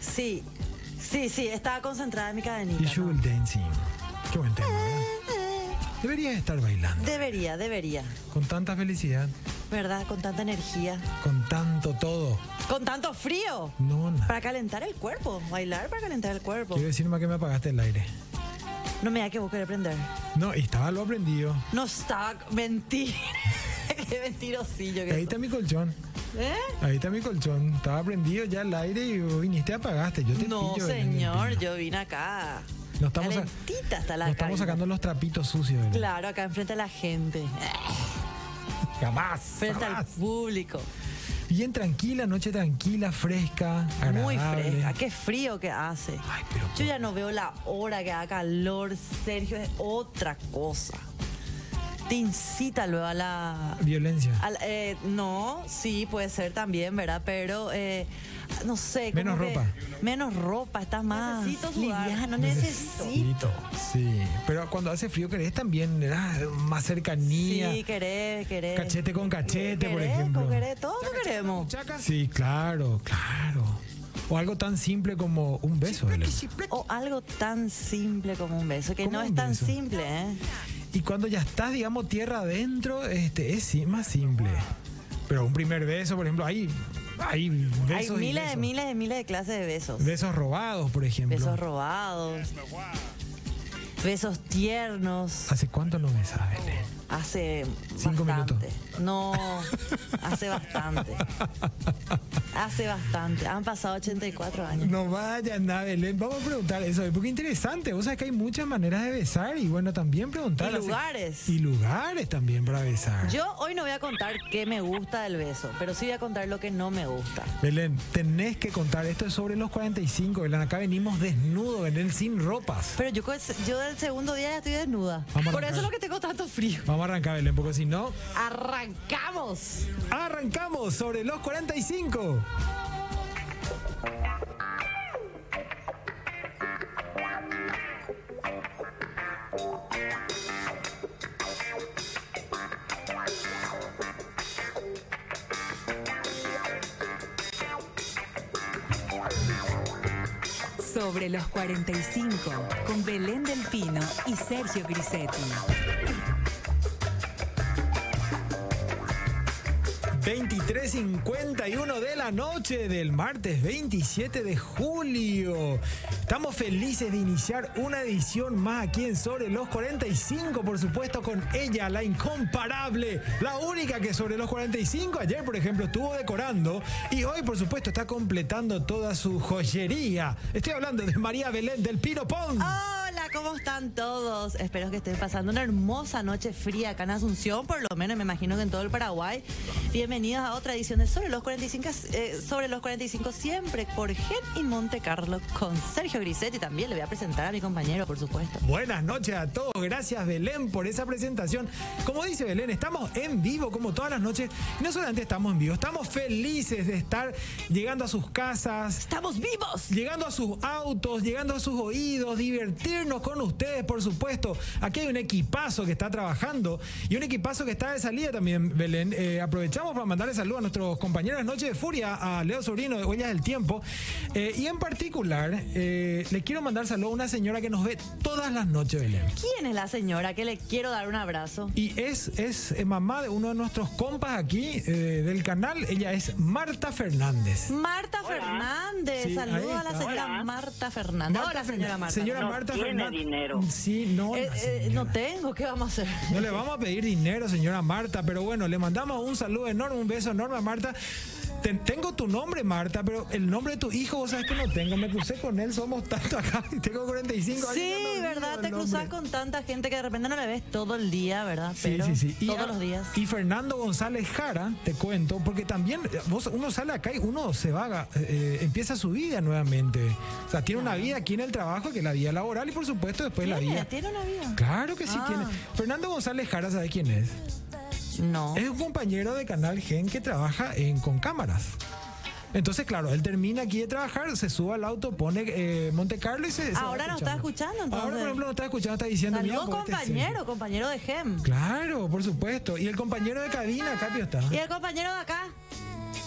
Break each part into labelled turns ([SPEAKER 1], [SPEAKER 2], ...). [SPEAKER 1] Sí, sí, sí, estaba concentrada en mi cadenita.
[SPEAKER 2] Y
[SPEAKER 1] ¿no?
[SPEAKER 2] Shoe Dancing. Qué buen tema, ¿verdad? Deberías estar bailando.
[SPEAKER 1] Debería, debería.
[SPEAKER 2] Con tanta felicidad,
[SPEAKER 1] ¿Verdad? Con tanta energía.
[SPEAKER 2] con tanto todo.
[SPEAKER 1] Con tanto frío.
[SPEAKER 2] No, na-
[SPEAKER 1] Para calentar el cuerpo. Bailar para calentar el cuerpo.
[SPEAKER 2] Quiero decir más que me apagaste el aire.
[SPEAKER 1] No me da que vos querés prender.
[SPEAKER 2] No, y estaba lo aprendido.
[SPEAKER 1] No está. Mentira. Qué mentirosillo que sos.
[SPEAKER 2] Ahí está mi colchón.
[SPEAKER 1] ¿Eh?
[SPEAKER 2] Ahí está mi colchón. Estaba prendido ya el aire y vos viniste y apagaste. Yo te
[SPEAKER 1] No,
[SPEAKER 2] pillo, Belén del
[SPEAKER 1] señor,
[SPEAKER 2] Pino.
[SPEAKER 1] yo vine acá.
[SPEAKER 2] No estamos a-
[SPEAKER 1] Calentita hasta la
[SPEAKER 2] Nos
[SPEAKER 1] cabina.
[SPEAKER 2] estamos sacando los trapitos sucios. Belén.
[SPEAKER 1] Claro, acá enfrente a la gente.
[SPEAKER 2] Jamás.
[SPEAKER 1] Frente al
[SPEAKER 2] jamás.
[SPEAKER 1] público.
[SPEAKER 2] Bien tranquila, noche tranquila, fresca,
[SPEAKER 1] Muy
[SPEAKER 2] agradable.
[SPEAKER 1] fresca. Qué frío que hace.
[SPEAKER 2] Ay, pero
[SPEAKER 1] Yo ya no veo la hora que haga calor, Sergio, es otra cosa. Te incita luego a la...
[SPEAKER 2] violencia.
[SPEAKER 1] al- eh, no, sí, puede ser también, ¿verdad? Pero, eh, no sé. como
[SPEAKER 2] Menos
[SPEAKER 1] que-
[SPEAKER 2] ropa.
[SPEAKER 1] Menos ropa, estás más
[SPEAKER 3] Necesito sudar.
[SPEAKER 1] liviano, Ah, necesito.
[SPEAKER 2] Sí, pero cuando hace frío querés también ah, más cercanía.
[SPEAKER 1] Sí, querés, querés.
[SPEAKER 2] Cachete con cachete, por
[SPEAKER 1] Querés,
[SPEAKER 2] ejemplo.
[SPEAKER 1] con querés, todos lo queremos.
[SPEAKER 2] Sí, claro, claro. O algo tan simple como un beso. Belén.
[SPEAKER 1] O algo tan simple como un beso, que
[SPEAKER 2] Como
[SPEAKER 1] no
[SPEAKER 2] un
[SPEAKER 1] es tan
[SPEAKER 2] beso.
[SPEAKER 1] simple, ¿eh?
[SPEAKER 2] Y cuando ya estás, digamos, tierra adentro, este, es sí- más simple. Pero un primer beso, por ejemplo, hay, hay besos.
[SPEAKER 1] Hay
[SPEAKER 2] y
[SPEAKER 1] miles de
[SPEAKER 2] besos.
[SPEAKER 1] miles de miles de clases de besos.
[SPEAKER 2] Besos robados, por ejemplo.
[SPEAKER 1] Besos robados. Besos tiernos.
[SPEAKER 2] ¿Hace cuánto no besas, Belén?
[SPEAKER 1] Hace
[SPEAKER 2] Cinco
[SPEAKER 1] bastante.
[SPEAKER 2] minutos.
[SPEAKER 1] No, hace bastante. Hace bastante. Han pasado 84 años.
[SPEAKER 2] No vayas nada, Belén. Vamos a preguntar eso, eh, porque interesante. Vos sabés que hay muchas maneras de besar y bueno, también preguntar.
[SPEAKER 1] Y
[SPEAKER 2] hace-
[SPEAKER 1] lugares.
[SPEAKER 2] Y lugares también para besar.
[SPEAKER 1] Yo hoy no voy a contar qué me gusta del beso, pero sí voy a contar lo que no me gusta.
[SPEAKER 2] Belén, tenés que contar. Esto es sobre los 45, Belén. Acá venimos desnudos, Belén, sin ropas.
[SPEAKER 1] Pero yo, co- yo del segundo día ya estoy desnuda.
[SPEAKER 2] Vamos a
[SPEAKER 1] Por eso es
[SPEAKER 2] arrancar.
[SPEAKER 1] lo que tengo tanto frío.
[SPEAKER 2] Vamos a arrancar, Belén, porque si no,
[SPEAKER 1] ¡Arrancamos!
[SPEAKER 2] arrancamos sobre los 45.
[SPEAKER 3] Sobre los 45, con Belén del Pino y Sergio Grisetti.
[SPEAKER 2] 23.51 de la noche del martes 27 de julio. Estamos felices de iniciar una edición más aquí en Sobre los 45, por supuesto, con ella, la incomparable, la única que sobre los 45 ayer, por ejemplo, estuvo decorando y hoy, por supuesto, está completando toda su joyería. Estoy hablando de María Belén del Pino Pons.
[SPEAKER 1] Hola, ¿cómo están todos? Espero que estén pasando una hermosa noche fría acá en Asunción, por lo menos, me imagino que en todo el Paraguay. Bienvenidos a otra edición de Sobre los 45, eh, sobre los 45 siempre por Gen y Monte Carlo con Sergio Grisetti. También le voy a presentar a mi compañero, por supuesto.
[SPEAKER 2] Buenas noches a todos, gracias Belén por esa presentación. Como dice Belén, estamos en vivo como todas las noches. Y no solamente estamos en vivo, estamos felices de estar llegando a sus casas,
[SPEAKER 1] ¡Estamos vivos!
[SPEAKER 2] llegando a sus autos, llegando a sus oídos, divertirnos con ustedes, por supuesto. Aquí hay un equipazo que está trabajando y un equipazo que está de salida también, Belén. Eh, aprovechamos para mandarle saludos a nuestros compañeros de Noche de Furia, a Leo Sobrino de Huellas del Tiempo. Eh, y en particular, eh, le quiero mandar saludos a una señora que nos ve todas las noches, Belén.
[SPEAKER 1] ¿Quién es la señora que le quiero dar un abrazo?
[SPEAKER 2] Y es, es eh, mamá de uno de nuestros compas aquí eh, del canal. Ella es Marta Fernández.
[SPEAKER 1] Marta Fernández,
[SPEAKER 2] Sí,
[SPEAKER 1] saludo
[SPEAKER 2] ahí
[SPEAKER 1] a la
[SPEAKER 2] está.
[SPEAKER 1] señora
[SPEAKER 4] Hola.
[SPEAKER 1] Marta Fernández. Hola, señora
[SPEAKER 2] Fernández.
[SPEAKER 1] Marta.
[SPEAKER 2] Señora
[SPEAKER 4] No
[SPEAKER 2] Marta
[SPEAKER 4] tiene
[SPEAKER 2] Fernández.
[SPEAKER 4] dinero.
[SPEAKER 2] Sí, no.
[SPEAKER 1] Eh,
[SPEAKER 2] la
[SPEAKER 1] eh, no
[SPEAKER 2] señora.
[SPEAKER 1] tengo, ¿qué vamos a hacer?
[SPEAKER 2] No le vamos a pedir dinero, señora Marta, pero bueno, le mandamos un saludo enorme, un beso enorme a Marta. Ten- tengo tu nombre, Marta, pero el nombre de tu hijo, vos sabés que no tengo. Me crucé con él, somos tanto acá, y tengo 45
[SPEAKER 1] Sí,
[SPEAKER 2] años. no me
[SPEAKER 1] ¿verdad?
[SPEAKER 2] olvido
[SPEAKER 1] Te
[SPEAKER 2] el
[SPEAKER 1] cruzas
[SPEAKER 2] nombre.
[SPEAKER 1] con tanta gente que de repente no le ves todo el día, ¿verdad?
[SPEAKER 2] Sí,
[SPEAKER 1] Pero
[SPEAKER 2] sí, sí. Y
[SPEAKER 1] Todos
[SPEAKER 2] a-
[SPEAKER 1] los días.
[SPEAKER 2] Y Fernando González Jara, te cuento, porque también eh, vos, uno sale acá y uno se vaga, eh, empieza su vida nuevamente. O sea, tiene una vida aquí en el trabajo, que es la vida laboral y por supuesto después la
[SPEAKER 1] ¿Tiene?
[SPEAKER 2] vida.
[SPEAKER 1] ¿Tiene una vida?
[SPEAKER 2] Claro que sí
[SPEAKER 1] Ah.
[SPEAKER 2] tiene. Fernando González Jara, ¿sabe quién es?
[SPEAKER 1] No.
[SPEAKER 2] Es un compañero de Canal Gen que trabaja en, con cámaras. Entonces, claro, él termina aquí de trabajar, se sube al auto, pone eh, Monte Carlo y se. se va
[SPEAKER 1] Ahora no está escuchando, entonces.
[SPEAKER 2] Ahora, por ejemplo, no está escuchando, está diciendo. mira,
[SPEAKER 1] Saludo
[SPEAKER 2] porque este es
[SPEAKER 1] compañero, compañero de E Gem.
[SPEAKER 2] Sergio. Claro, por supuesto. Y el compañero de cabina, Capio, está.
[SPEAKER 1] ¿Y el compañero de acá?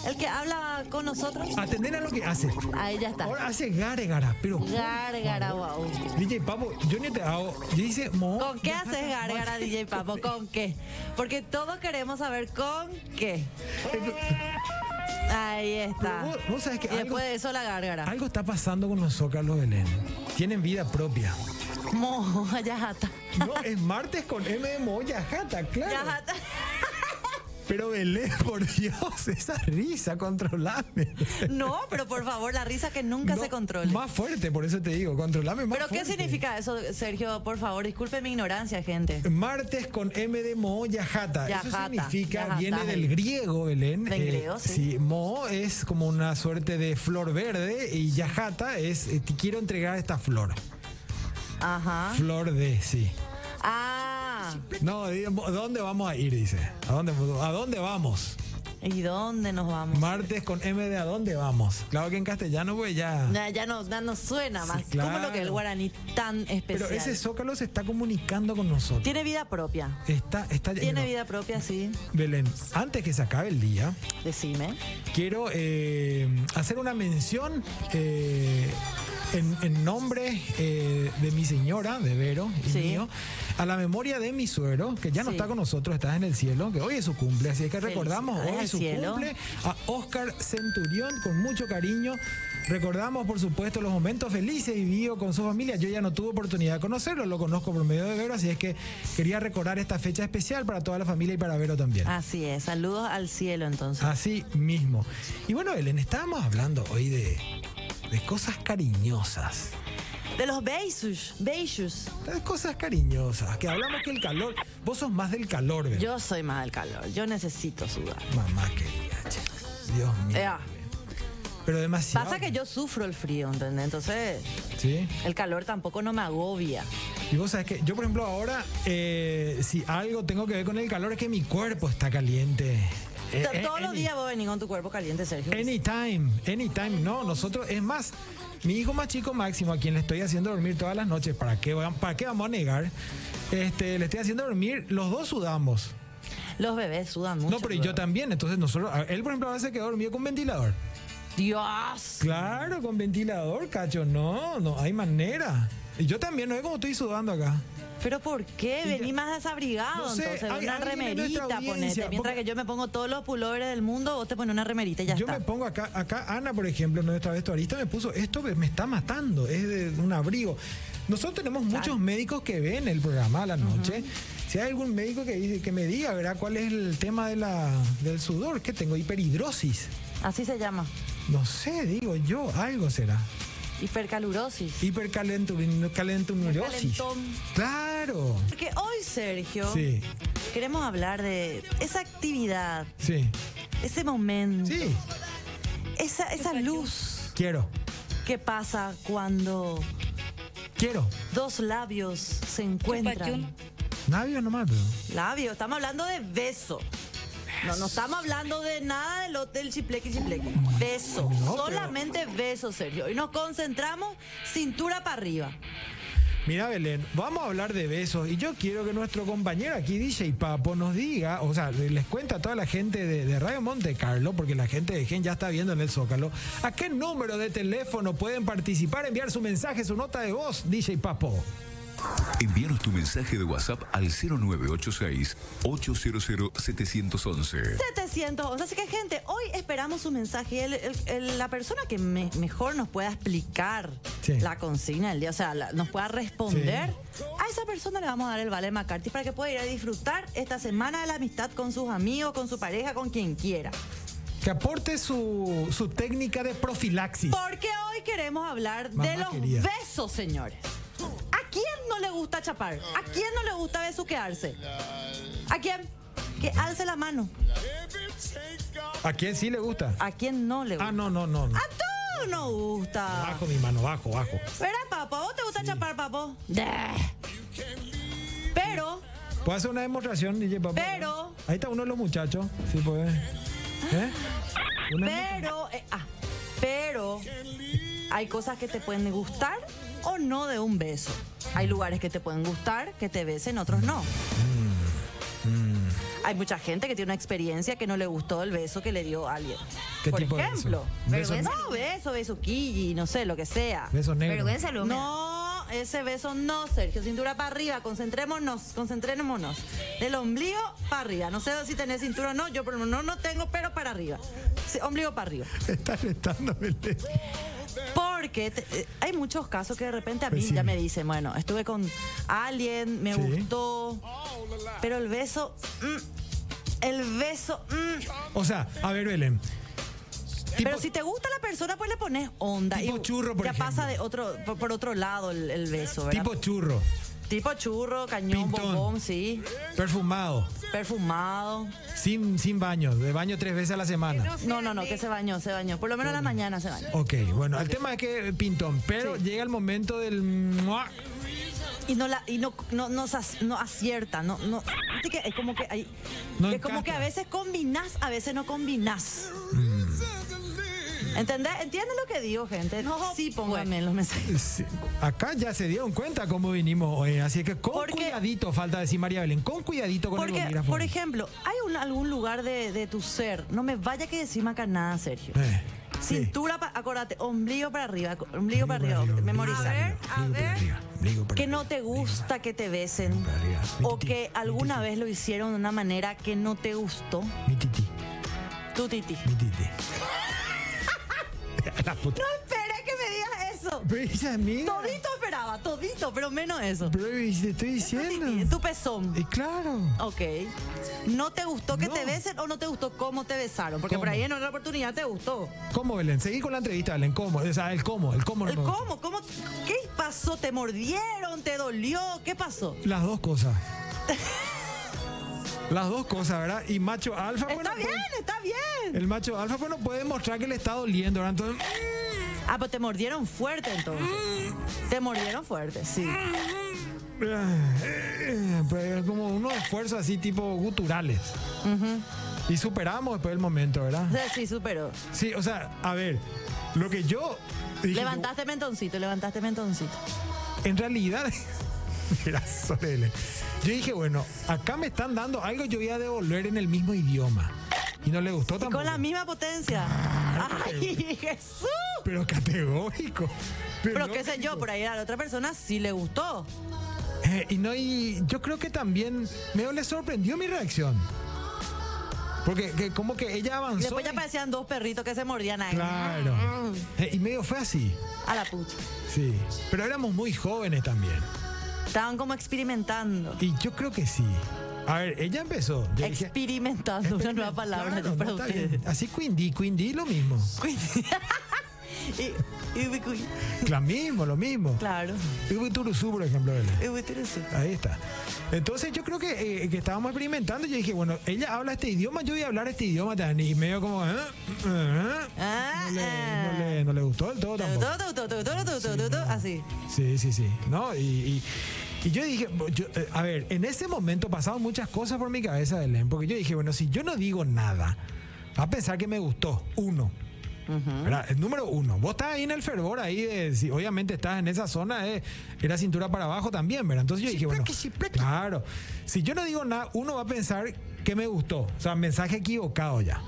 [SPEAKER 1] El que habla con nosotros,
[SPEAKER 2] Atender a lo que hace.
[SPEAKER 1] ahí ya está.
[SPEAKER 2] Ahora hace gárgara, pero.
[SPEAKER 1] Gárgara, wow.
[SPEAKER 2] DJ Papo, yo ni te hago. Yo dice mo.
[SPEAKER 1] ¿Con qué haces gárgara, DJ Papo? ¿Con qué? Porque todos queremos saber con qué. Ahí está.
[SPEAKER 2] Vos, vos sabés que
[SPEAKER 1] Y
[SPEAKER 2] algo,
[SPEAKER 1] después de eso la gárgara.
[SPEAKER 2] algo está pasando con los zócalos Belén. Tienen vida propia.
[SPEAKER 1] Mojo, ya jata.
[SPEAKER 2] No, es martes con M de Mo Yajata, claro.
[SPEAKER 1] Ya jata.
[SPEAKER 2] Pero Belén, por Dios, esa risa, controlame.
[SPEAKER 1] No, pero por favor, la risa que nunca
[SPEAKER 2] No,
[SPEAKER 1] se controle.
[SPEAKER 2] Más fuerte, por eso te digo, controlame más
[SPEAKER 1] ¿Pero qué
[SPEAKER 2] fuerte.
[SPEAKER 1] significa eso, Sergio? Por favor, disculpe mi ignorancia, gente.
[SPEAKER 2] Martes con M de Mo Yajata. Eso
[SPEAKER 1] Yajata,
[SPEAKER 2] significa,
[SPEAKER 1] yajata.
[SPEAKER 2] viene del griego, Belén. Eh,
[SPEAKER 1] Del griego, sí.
[SPEAKER 2] Mo es como una suerte de flor verde y Yajata es, eh, te quiero entregar esta flor.
[SPEAKER 1] Ajá.
[SPEAKER 2] Flor de, sí.
[SPEAKER 1] Ah,
[SPEAKER 2] No, di- ¿a dónde vamos a ir? Dice. ¿A dónde, ¿A dónde vamos?
[SPEAKER 1] ¿y dónde nos vamos?
[SPEAKER 2] Martes con M de ¿a dónde vamos? Claro que en castellano, pues ya.
[SPEAKER 1] Ya, ya no, ya no suena
[SPEAKER 2] Sí,
[SPEAKER 1] más. ¿Cómo lo que el
[SPEAKER 2] claro.
[SPEAKER 1] guaraní tan
[SPEAKER 2] Pero
[SPEAKER 1] especial?
[SPEAKER 2] ese zócalo se está comunicando con nosotros.
[SPEAKER 1] Tiene vida propia.
[SPEAKER 2] Está, está
[SPEAKER 1] Tiene
[SPEAKER 2] Eh, no,
[SPEAKER 1] vida propia, sí.
[SPEAKER 2] Belén, antes que se acabe el día,
[SPEAKER 1] Decime.
[SPEAKER 2] quiero eh, hacer una mención eh, en, en nombre eh, de mi señora, de Vero y
[SPEAKER 1] Sí.
[SPEAKER 2] mío, a la memoria de mi suero, que ya no
[SPEAKER 1] Sí.
[SPEAKER 2] está con nosotros, está en el cielo, que hoy es su cumple, así es que recordamos
[SPEAKER 1] Felicidades
[SPEAKER 2] hoy
[SPEAKER 1] al
[SPEAKER 2] su
[SPEAKER 1] cielo.
[SPEAKER 2] cumple a Oscar Centurión con mucho cariño. Recordamos, por supuesto, los momentos felices vividos con su familia. Yo ya no tuve oportunidad de conocerlo, lo conozco por medio de Vero, así es que quería recordar esta fecha especial para toda la familia y para Vero también.
[SPEAKER 1] Así es. Saludos al cielo, entonces.
[SPEAKER 2] Así mismo. Y bueno, Belén, estábamos hablando hoy de, de cosas cariñosas. Ah.
[SPEAKER 1] De los beijos. Beijos.
[SPEAKER 2] De cosas cariñosas. Que hablamos que el calor. Vos sos más del calor, Belén.
[SPEAKER 1] Yo soy más del calor. Yo necesito sudar.
[SPEAKER 2] Mamá querida, che. Dios mío.
[SPEAKER 1] Ea.
[SPEAKER 2] Belén. Pero demasiado.
[SPEAKER 1] Pasa que yo sufro el frío, ¿entendés? Entonces,
[SPEAKER 2] Sí.
[SPEAKER 1] el calor tampoco no me agobia.
[SPEAKER 2] Y vos sabés que yo, por ejemplo, ahora, eh, si algo tengo que ver con el calor, es que mi cuerpo está caliente. Eh,
[SPEAKER 1] To-
[SPEAKER 2] eh,
[SPEAKER 1] Todos los
[SPEAKER 2] any-
[SPEAKER 1] días vos venís con tu cuerpo caliente, Sergio.
[SPEAKER 2] Anytime, anytime. No, nosotros, es más, mi hijo más chico Máximo, a quien le estoy haciendo dormir todas las noches, ¿para qué, va- para qué vamos a negar? Este, le estoy haciendo dormir, los dos sudamos.
[SPEAKER 1] Los bebés sudan mucho.
[SPEAKER 2] no, pero y yo
[SPEAKER 1] bro.
[SPEAKER 2] también, entonces nosotros, a- él por ejemplo a veces quedó dormido con ventilador.
[SPEAKER 1] Dios.
[SPEAKER 2] Claro, con ventilador, cacho, no, no, hay manera. Y yo también, no es como estoy sudando acá.
[SPEAKER 1] ¿Pero por qué?
[SPEAKER 2] Y ya-
[SPEAKER 1] Vení más desabrigado,
[SPEAKER 2] No sé,
[SPEAKER 1] entonces.
[SPEAKER 2] hay
[SPEAKER 1] una
[SPEAKER 2] alguien en nuestra
[SPEAKER 1] remerita
[SPEAKER 2] audiencia,
[SPEAKER 1] ponete. Mientras
[SPEAKER 2] porque-
[SPEAKER 1] que yo me pongo todos los pullovers del mundo, vos te pones una remerita y ya
[SPEAKER 2] yo
[SPEAKER 1] está.
[SPEAKER 2] me pongo acá, acá Ana, por ejemplo, nuestra vestuarista, me puso esto que me está matando, es de un abrigo. Nosotros tenemos muchos médicos que ven el programa a la noche. Si hay algún médico que dice, que me diga, ¿verdad? ¿Cuál es el tema de la, del sudor? que tengo? Hiperhidrosis.
[SPEAKER 1] Así se llama.
[SPEAKER 2] No sé, digo yo, algo será.
[SPEAKER 1] Hipercalurosis.
[SPEAKER 2] Hipercalentumirosis.
[SPEAKER 1] Calentón.
[SPEAKER 2] Claro.
[SPEAKER 1] Porque hoy, Sergio,
[SPEAKER 2] Sí,
[SPEAKER 1] queremos hablar de esa actividad,
[SPEAKER 2] sí,
[SPEAKER 1] ese momento,
[SPEAKER 2] sí.
[SPEAKER 1] esa, esa luz
[SPEAKER 2] Quiero,
[SPEAKER 1] que pasa cuando
[SPEAKER 2] quiero.
[SPEAKER 1] dos labios se encuentran.
[SPEAKER 2] Navios nomás, pero.
[SPEAKER 1] Labios, estamos hablando de beso. No, no estamos hablando de nada del hotel chiplequi chiplequi. Beso.
[SPEAKER 2] No, pero-
[SPEAKER 1] Solamente beso, Sergio. Y nos concentramos cintura para arriba.
[SPEAKER 2] Mira, Belén, vamos a hablar de besos y yo quiero que nuestro compañero aquí, DJ Papo, nos diga, o sea, les cuenta a toda la gente de, de Radio Monte Carlo, porque la gente de Gen ya está viendo en el Zócalo, ¿a qué número de teléfono pueden participar, enviar su mensaje, su nota de voz, DJ Papo?
[SPEAKER 4] Envíanos tu mensaje de WhatsApp al 0986-800-711.
[SPEAKER 1] 711. Así que, gente, hoy esperamos su mensaje. El- el- el- la persona que me- mejor nos pueda explicar
[SPEAKER 2] Sí.
[SPEAKER 1] la consigna del día, o sea, la- nos pueda responder, a esa persona le vamos a dar el vale McCarthy para que pueda ir a disfrutar esta semana de la amistad con sus amigos, con su pareja, con quien quiera.
[SPEAKER 2] Que aporte su, su técnica de profilaxis.
[SPEAKER 1] Porque hoy queremos hablar
[SPEAKER 2] Mamá
[SPEAKER 1] de los
[SPEAKER 2] querida.
[SPEAKER 1] besos, señores. ¿A quién no le gusta chapar? ¿A quién no le gusta besuquearse? ¿A quién? Que alce la mano.
[SPEAKER 2] ¿A quién sí le gusta?
[SPEAKER 1] ¿A quién no le gusta?
[SPEAKER 2] Ah, no, no, no. no.
[SPEAKER 1] A todos nos gusta.
[SPEAKER 2] Bajo mi mano, bajo, bajo.
[SPEAKER 1] ¿Verdad, papo? ¿A vos te gusta chapar, papo? Pero,
[SPEAKER 2] ¿Puedo hacer una demostración, DJ Papo?
[SPEAKER 1] Pero-
[SPEAKER 2] Ahí está uno de los muchachos, sí puede. ¿Eh? Una-
[SPEAKER 1] pero, eh, ah, pero hay cosas que te pueden gustar o no de un
[SPEAKER 2] Mm,
[SPEAKER 1] beso. Hay lugares que te pueden gustar, que te besen, otros no. Hay mucha gente que tiene una experiencia que no le gustó el beso que le dio alguien.
[SPEAKER 2] ¿Qué
[SPEAKER 1] Por
[SPEAKER 2] tipo de beso?
[SPEAKER 1] ejemplo,
[SPEAKER 2] Beso-
[SPEAKER 5] Vergüenza.
[SPEAKER 1] no beso, beso quilli, no sé, lo que sea.
[SPEAKER 2] Besos negros.
[SPEAKER 5] Vergüenza, Luna.
[SPEAKER 1] No, ese beso no, Sergio. Cintura para arriba, concentrémonos, concentrémonos. Del ombligo para arriba. No sé si tenés cintura o no, yo por lo menos no tengo, pero para arriba. Sí, ombligo para arriba.
[SPEAKER 2] Está restando, Belén.
[SPEAKER 1] Porque te- eh, hay muchos casos que de repente a mí
[SPEAKER 2] Decime.
[SPEAKER 1] ya me dicen, bueno, estuve con alguien, me
[SPEAKER 2] Pues Sí.
[SPEAKER 1] gustó, pero el beso, mm, el beso, mm.
[SPEAKER 2] O sea, a ver, Belén. Tipo-
[SPEAKER 1] pero si te gusta la persona, pues le pones onda.
[SPEAKER 2] Tipo churro, por
[SPEAKER 1] Ya
[SPEAKER 2] ejemplo.
[SPEAKER 1] pasa de otro, por, por otro lado el, el beso, ¿verdad?
[SPEAKER 2] Tipo churro,
[SPEAKER 1] Tipo churro, cañón,
[SPEAKER 2] Pintón.
[SPEAKER 1] bombón, sí,
[SPEAKER 2] perfumado,
[SPEAKER 1] perfumado.
[SPEAKER 2] sin, sin baño, de baño tres veces a la semana.
[SPEAKER 1] No, no, no, que se bañó, se bañó. Por lo menos a la mañana se bañó.
[SPEAKER 2] Ok, bueno, el tema es que eh, pintón, pero
[SPEAKER 1] Sí.
[SPEAKER 2] llega el momento del... mua.
[SPEAKER 1] y no la y no no no, se ac- no acierta no no viste que es como que hay
[SPEAKER 2] No
[SPEAKER 1] es como
[SPEAKER 2] encaja.
[SPEAKER 1] que a veces combinás a veces no combinás
[SPEAKER 2] Mm.
[SPEAKER 1] ¿Entendés? ¿Entienden lo que digo, gente?
[SPEAKER 5] No,
[SPEAKER 1] sí, pónganme en los mensajes.
[SPEAKER 2] Sí, Acá ya se dieron cuenta cómo vinimos hoy, así que con
[SPEAKER 1] Porque-
[SPEAKER 2] cuidadito, falta decir María Belén, con cuidadito con el
[SPEAKER 1] Porque,
[SPEAKER 2] bolígrafo.
[SPEAKER 1] por ejemplo, hay un, algún lugar de, de tu ser. No me vaya que decima acá nada, Sergio.
[SPEAKER 2] Eh, sí.
[SPEAKER 1] Cintura, pa- acordate, ombligo para arriba, co- ombligo
[SPEAKER 2] Ombligo
[SPEAKER 1] para arriba,
[SPEAKER 2] ombligo
[SPEAKER 1] memoriza.
[SPEAKER 2] para arriba,
[SPEAKER 5] A
[SPEAKER 2] ombligo
[SPEAKER 5] ver,
[SPEAKER 2] para
[SPEAKER 5] a
[SPEAKER 2] arriba, ombligo para
[SPEAKER 1] que no
[SPEAKER 2] arriba,
[SPEAKER 1] te
[SPEAKER 2] ombligo para
[SPEAKER 1] gusta que te besen
[SPEAKER 2] arriba.
[SPEAKER 1] o
[SPEAKER 2] Mi tití,
[SPEAKER 1] que
[SPEAKER 2] mi
[SPEAKER 1] alguna
[SPEAKER 2] tití,
[SPEAKER 1] vez lo hicieron de una manera que no te gustó.
[SPEAKER 2] Mi titi,
[SPEAKER 1] Tu titi.
[SPEAKER 2] mi titi. La puta.
[SPEAKER 1] Espera que me digas eso.
[SPEAKER 2] Pero esa amiga.
[SPEAKER 1] Todito esperaba, todito, pero menos eso.
[SPEAKER 2] Pero te estoy
[SPEAKER 1] Tu-
[SPEAKER 2] diciendo.
[SPEAKER 1] Tu pezón.
[SPEAKER 2] Y claro.
[SPEAKER 1] Ok. ¿No te gustó que
[SPEAKER 2] No.
[SPEAKER 1] te besen o no te gustó cómo te besaron? Porque por
[SPEAKER 2] ¿Cómo?
[SPEAKER 1] ahí en otra oportunidad te gustó.
[SPEAKER 2] ¿Cómo, Belén? Seguí con la entrevista, Belén. ¿Cómo? O sea, el cómo, el cómo. no
[SPEAKER 1] ¿El
[SPEAKER 2] me gusta.
[SPEAKER 1] Eh, cómo? ¿Cómo? ¿Qué pasó? ¿Te mordieron? ¿Te dolió? ¿Qué pasó?
[SPEAKER 2] Las dos cosas. Las dos cosas, ¿verdad? Y macho alfa. bueno,
[SPEAKER 1] Está bien,
[SPEAKER 2] pues,
[SPEAKER 1] está bien.
[SPEAKER 2] el macho alfa, bueno, puede mostrar que le está doliendo, ¿verdad? Entonces,
[SPEAKER 1] Ah, pero te mordieron fuerte entonces. Te mordieron fuerte, sí.
[SPEAKER 2] Pero es eh, pues, como unos esfuerzos así tipo guturales. Y superamos después del momento,
[SPEAKER 1] O
[SPEAKER 2] ¿verdad?
[SPEAKER 1] sea, Sí, superó.
[SPEAKER 2] Sí, o sea, a ver, lo que yo... dije,
[SPEAKER 1] Levantaste mentoncito, levantaste mentoncito.
[SPEAKER 2] En realidad, mira, Sorele. Yo dije, bueno, acá me están dando algo, yo voy a devolver en el mismo idioma. Y no le gustó
[SPEAKER 1] Y
[SPEAKER 2] tampoco.
[SPEAKER 1] con la misma potencia. ¡Ay, Jesús!
[SPEAKER 2] Pero categórico.
[SPEAKER 1] Pero qué sé yo, por ahí a la otra persona sí le gustó.
[SPEAKER 2] Eh, y no, y yo creo que también medio le sorprendió mi reacción. Porque que como que ella
[SPEAKER 1] Y
[SPEAKER 2] avanzó.
[SPEAKER 1] después ya
[SPEAKER 2] y-
[SPEAKER 1] parecían dos perritos que "Ah". se mordían ahí.
[SPEAKER 2] Claro. Eh, y medio fue así.
[SPEAKER 1] A la puta.
[SPEAKER 2] Sí. Pero éramos muy jóvenes también.
[SPEAKER 1] Estaban como experimentando.
[SPEAKER 2] Y yo creo que sí. A ver, ella empezó. Yo dije,
[SPEAKER 1] Experimentando, una nueva palabra
[SPEAKER 2] claro,
[SPEAKER 1] para
[SPEAKER 2] no, está
[SPEAKER 1] ustedes.
[SPEAKER 2] bien. Así Quindy, Quindy lo mismo.
[SPEAKER 1] Y- y ubi- uy.
[SPEAKER 2] Lo mismo, lo mismo.
[SPEAKER 1] Claro.
[SPEAKER 2] Ibituruzú, por ejemplo. Belén.
[SPEAKER 1] Ubi- turusu.
[SPEAKER 2] Ahí está. Entonces yo creo que, eh, que estábamos experimentando. Yo dije, bueno, ella habla este idioma, yo voy a hablar este idioma también. Y medio como, ¿eh? ¿eh?
[SPEAKER 1] Ah,
[SPEAKER 2] No, le,
[SPEAKER 1] ah.
[SPEAKER 2] no le- no le gustó del todo
[SPEAKER 1] Tu,
[SPEAKER 2] tampoco.
[SPEAKER 1] tu, tu, tu, tu, tu, tu, tu, tu, Así.
[SPEAKER 2] Sí, sí, sí. No, y, y- y yo dije, bo- yo, eh, a ver, en ese momento pasaron muchas cosas por mi cabeza, Belén, porque yo dije, bueno, si yo no digo nada, va a pensar que me gustó, uno. ¿Verdad? El número uno. Vos estás ahí en el fervor, ahí, de- si obviamente estás en esa zona, de, era cintura para abajo también, ¿verdad? Entonces yo dije, bueno, claro, si yo no digo nada, uno va a pensar que me gustó. O sea, mensaje equivocado ya.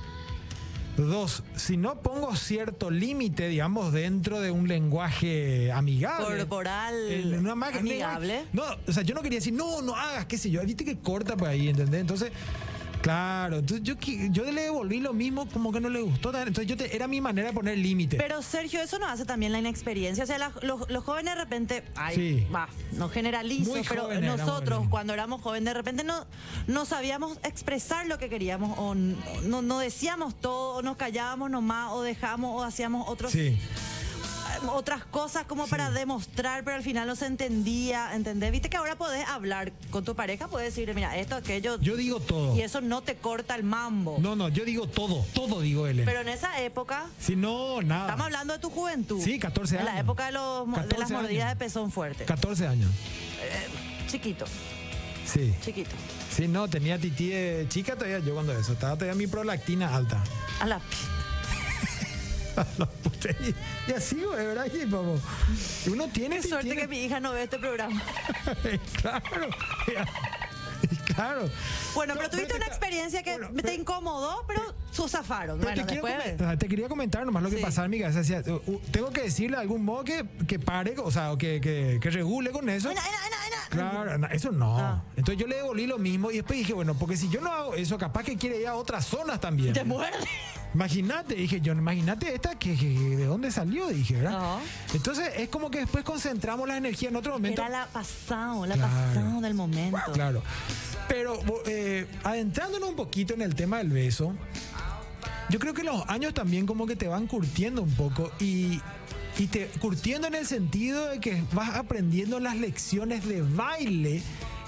[SPEAKER 2] Dos, si no pongo cierto límite, digamos, dentro de un lenguaje amigable.
[SPEAKER 1] Corporal,
[SPEAKER 2] en una ma-
[SPEAKER 1] amigable.
[SPEAKER 2] No, o sea, yo no quería decir, no, no hagas, qué sé yo. Viste que corta por ahí, ¿entendés? Entonces, claro, entonces yo, qui- yo le devolví lo mismo, como que no le gustó. tan- Entonces, yo te- era mi manera de poner límite.
[SPEAKER 1] Pero Sergio, eso nos hace también la inexperiencia. O sea, la- los, los jóvenes de repente, ay,
[SPEAKER 2] Sí.
[SPEAKER 1] va, no generalizo,
[SPEAKER 2] Muy
[SPEAKER 1] pero
[SPEAKER 2] jóvenes éramos,
[SPEAKER 1] nosotros
[SPEAKER 2] Belén.
[SPEAKER 1] cuando éramos jóvenes de repente no, no sabíamos expresar lo que queríamos o n- no, no decíamos todo, o nos callábamos nomás o dejamos o hacíamos otros
[SPEAKER 2] sí,
[SPEAKER 1] otras cosas como para demostrar, pero al final no se entendía, ¿entendés? Viste que ahora podés hablar con tu pareja, podés decir, mira, esto, aquello,
[SPEAKER 2] yo digo todo.
[SPEAKER 1] y eso no te corta el mambo.
[SPEAKER 2] No, no, yo digo todo, todo digo Belén.
[SPEAKER 1] Pero en esa época,
[SPEAKER 2] si no, nada.
[SPEAKER 1] Estamos hablando de tu juventud.
[SPEAKER 2] Sí, 14
[SPEAKER 1] En la
[SPEAKER 2] años.
[SPEAKER 1] época de, los, mo- de
[SPEAKER 2] 14
[SPEAKER 1] las mordidas
[SPEAKER 2] años.
[SPEAKER 1] de pezón fuerte.
[SPEAKER 2] 14 años.
[SPEAKER 1] Chiquito,
[SPEAKER 2] Sí.
[SPEAKER 1] chiquito.
[SPEAKER 2] Sí, no, tenía tití de chica todavía yo cuando eso. Estaba todavía mi prolactina alta.
[SPEAKER 1] A la p-
[SPEAKER 2] Los puté- y, y así, güey, ¿verdad? Y, vamos, uno tiene...
[SPEAKER 1] Qué suerte
[SPEAKER 2] tiene-
[SPEAKER 1] que mi hija no ve este programa.
[SPEAKER 2] claro. Y, Claro.
[SPEAKER 1] Bueno,
[SPEAKER 2] No,
[SPEAKER 1] pero tuviste
[SPEAKER 2] te
[SPEAKER 1] una
[SPEAKER 2] ca-
[SPEAKER 1] experiencia que
[SPEAKER 2] bueno,
[SPEAKER 1] me te
[SPEAKER 2] pero-
[SPEAKER 1] incomodó, pero su zafaron.
[SPEAKER 2] pero
[SPEAKER 1] Bueno,
[SPEAKER 2] te, quiero
[SPEAKER 1] después.
[SPEAKER 2] comentar, te quería comentar nomás lo que
[SPEAKER 1] Sí.
[SPEAKER 2] pasaba en mi cabeza. Decía, uh, uh, tengo que decirle de algún modo que, que pare, o sea, o que, que, que regule con eso.
[SPEAKER 1] Ana, Ana, Ana, Ana.
[SPEAKER 2] Claro, na- eso no.
[SPEAKER 1] eh, Ah.
[SPEAKER 2] Entonces yo le devolví lo mismo y después dije, bueno, porque si yo no hago eso, capaz que quiere ir a otras zonas también.
[SPEAKER 1] Te muerde.
[SPEAKER 2] Imagínate, dije yo, imagínate esta, que, que- que- ¿de dónde salió? Dije, ¿verdad?
[SPEAKER 1] Ajá.
[SPEAKER 2] Entonces es como que después concentramos la energía en otro momento.
[SPEAKER 1] Era la pasado, la
[SPEAKER 2] Claro.
[SPEAKER 1] pasado del momento.
[SPEAKER 2] Claro. Pero bo- eh, adentrándonos un poquito en el tema del beso, yo creo que los años también como que te van curtiendo un poco y, y te curtiendo en el sentido de que vas aprendiendo las lecciones de baile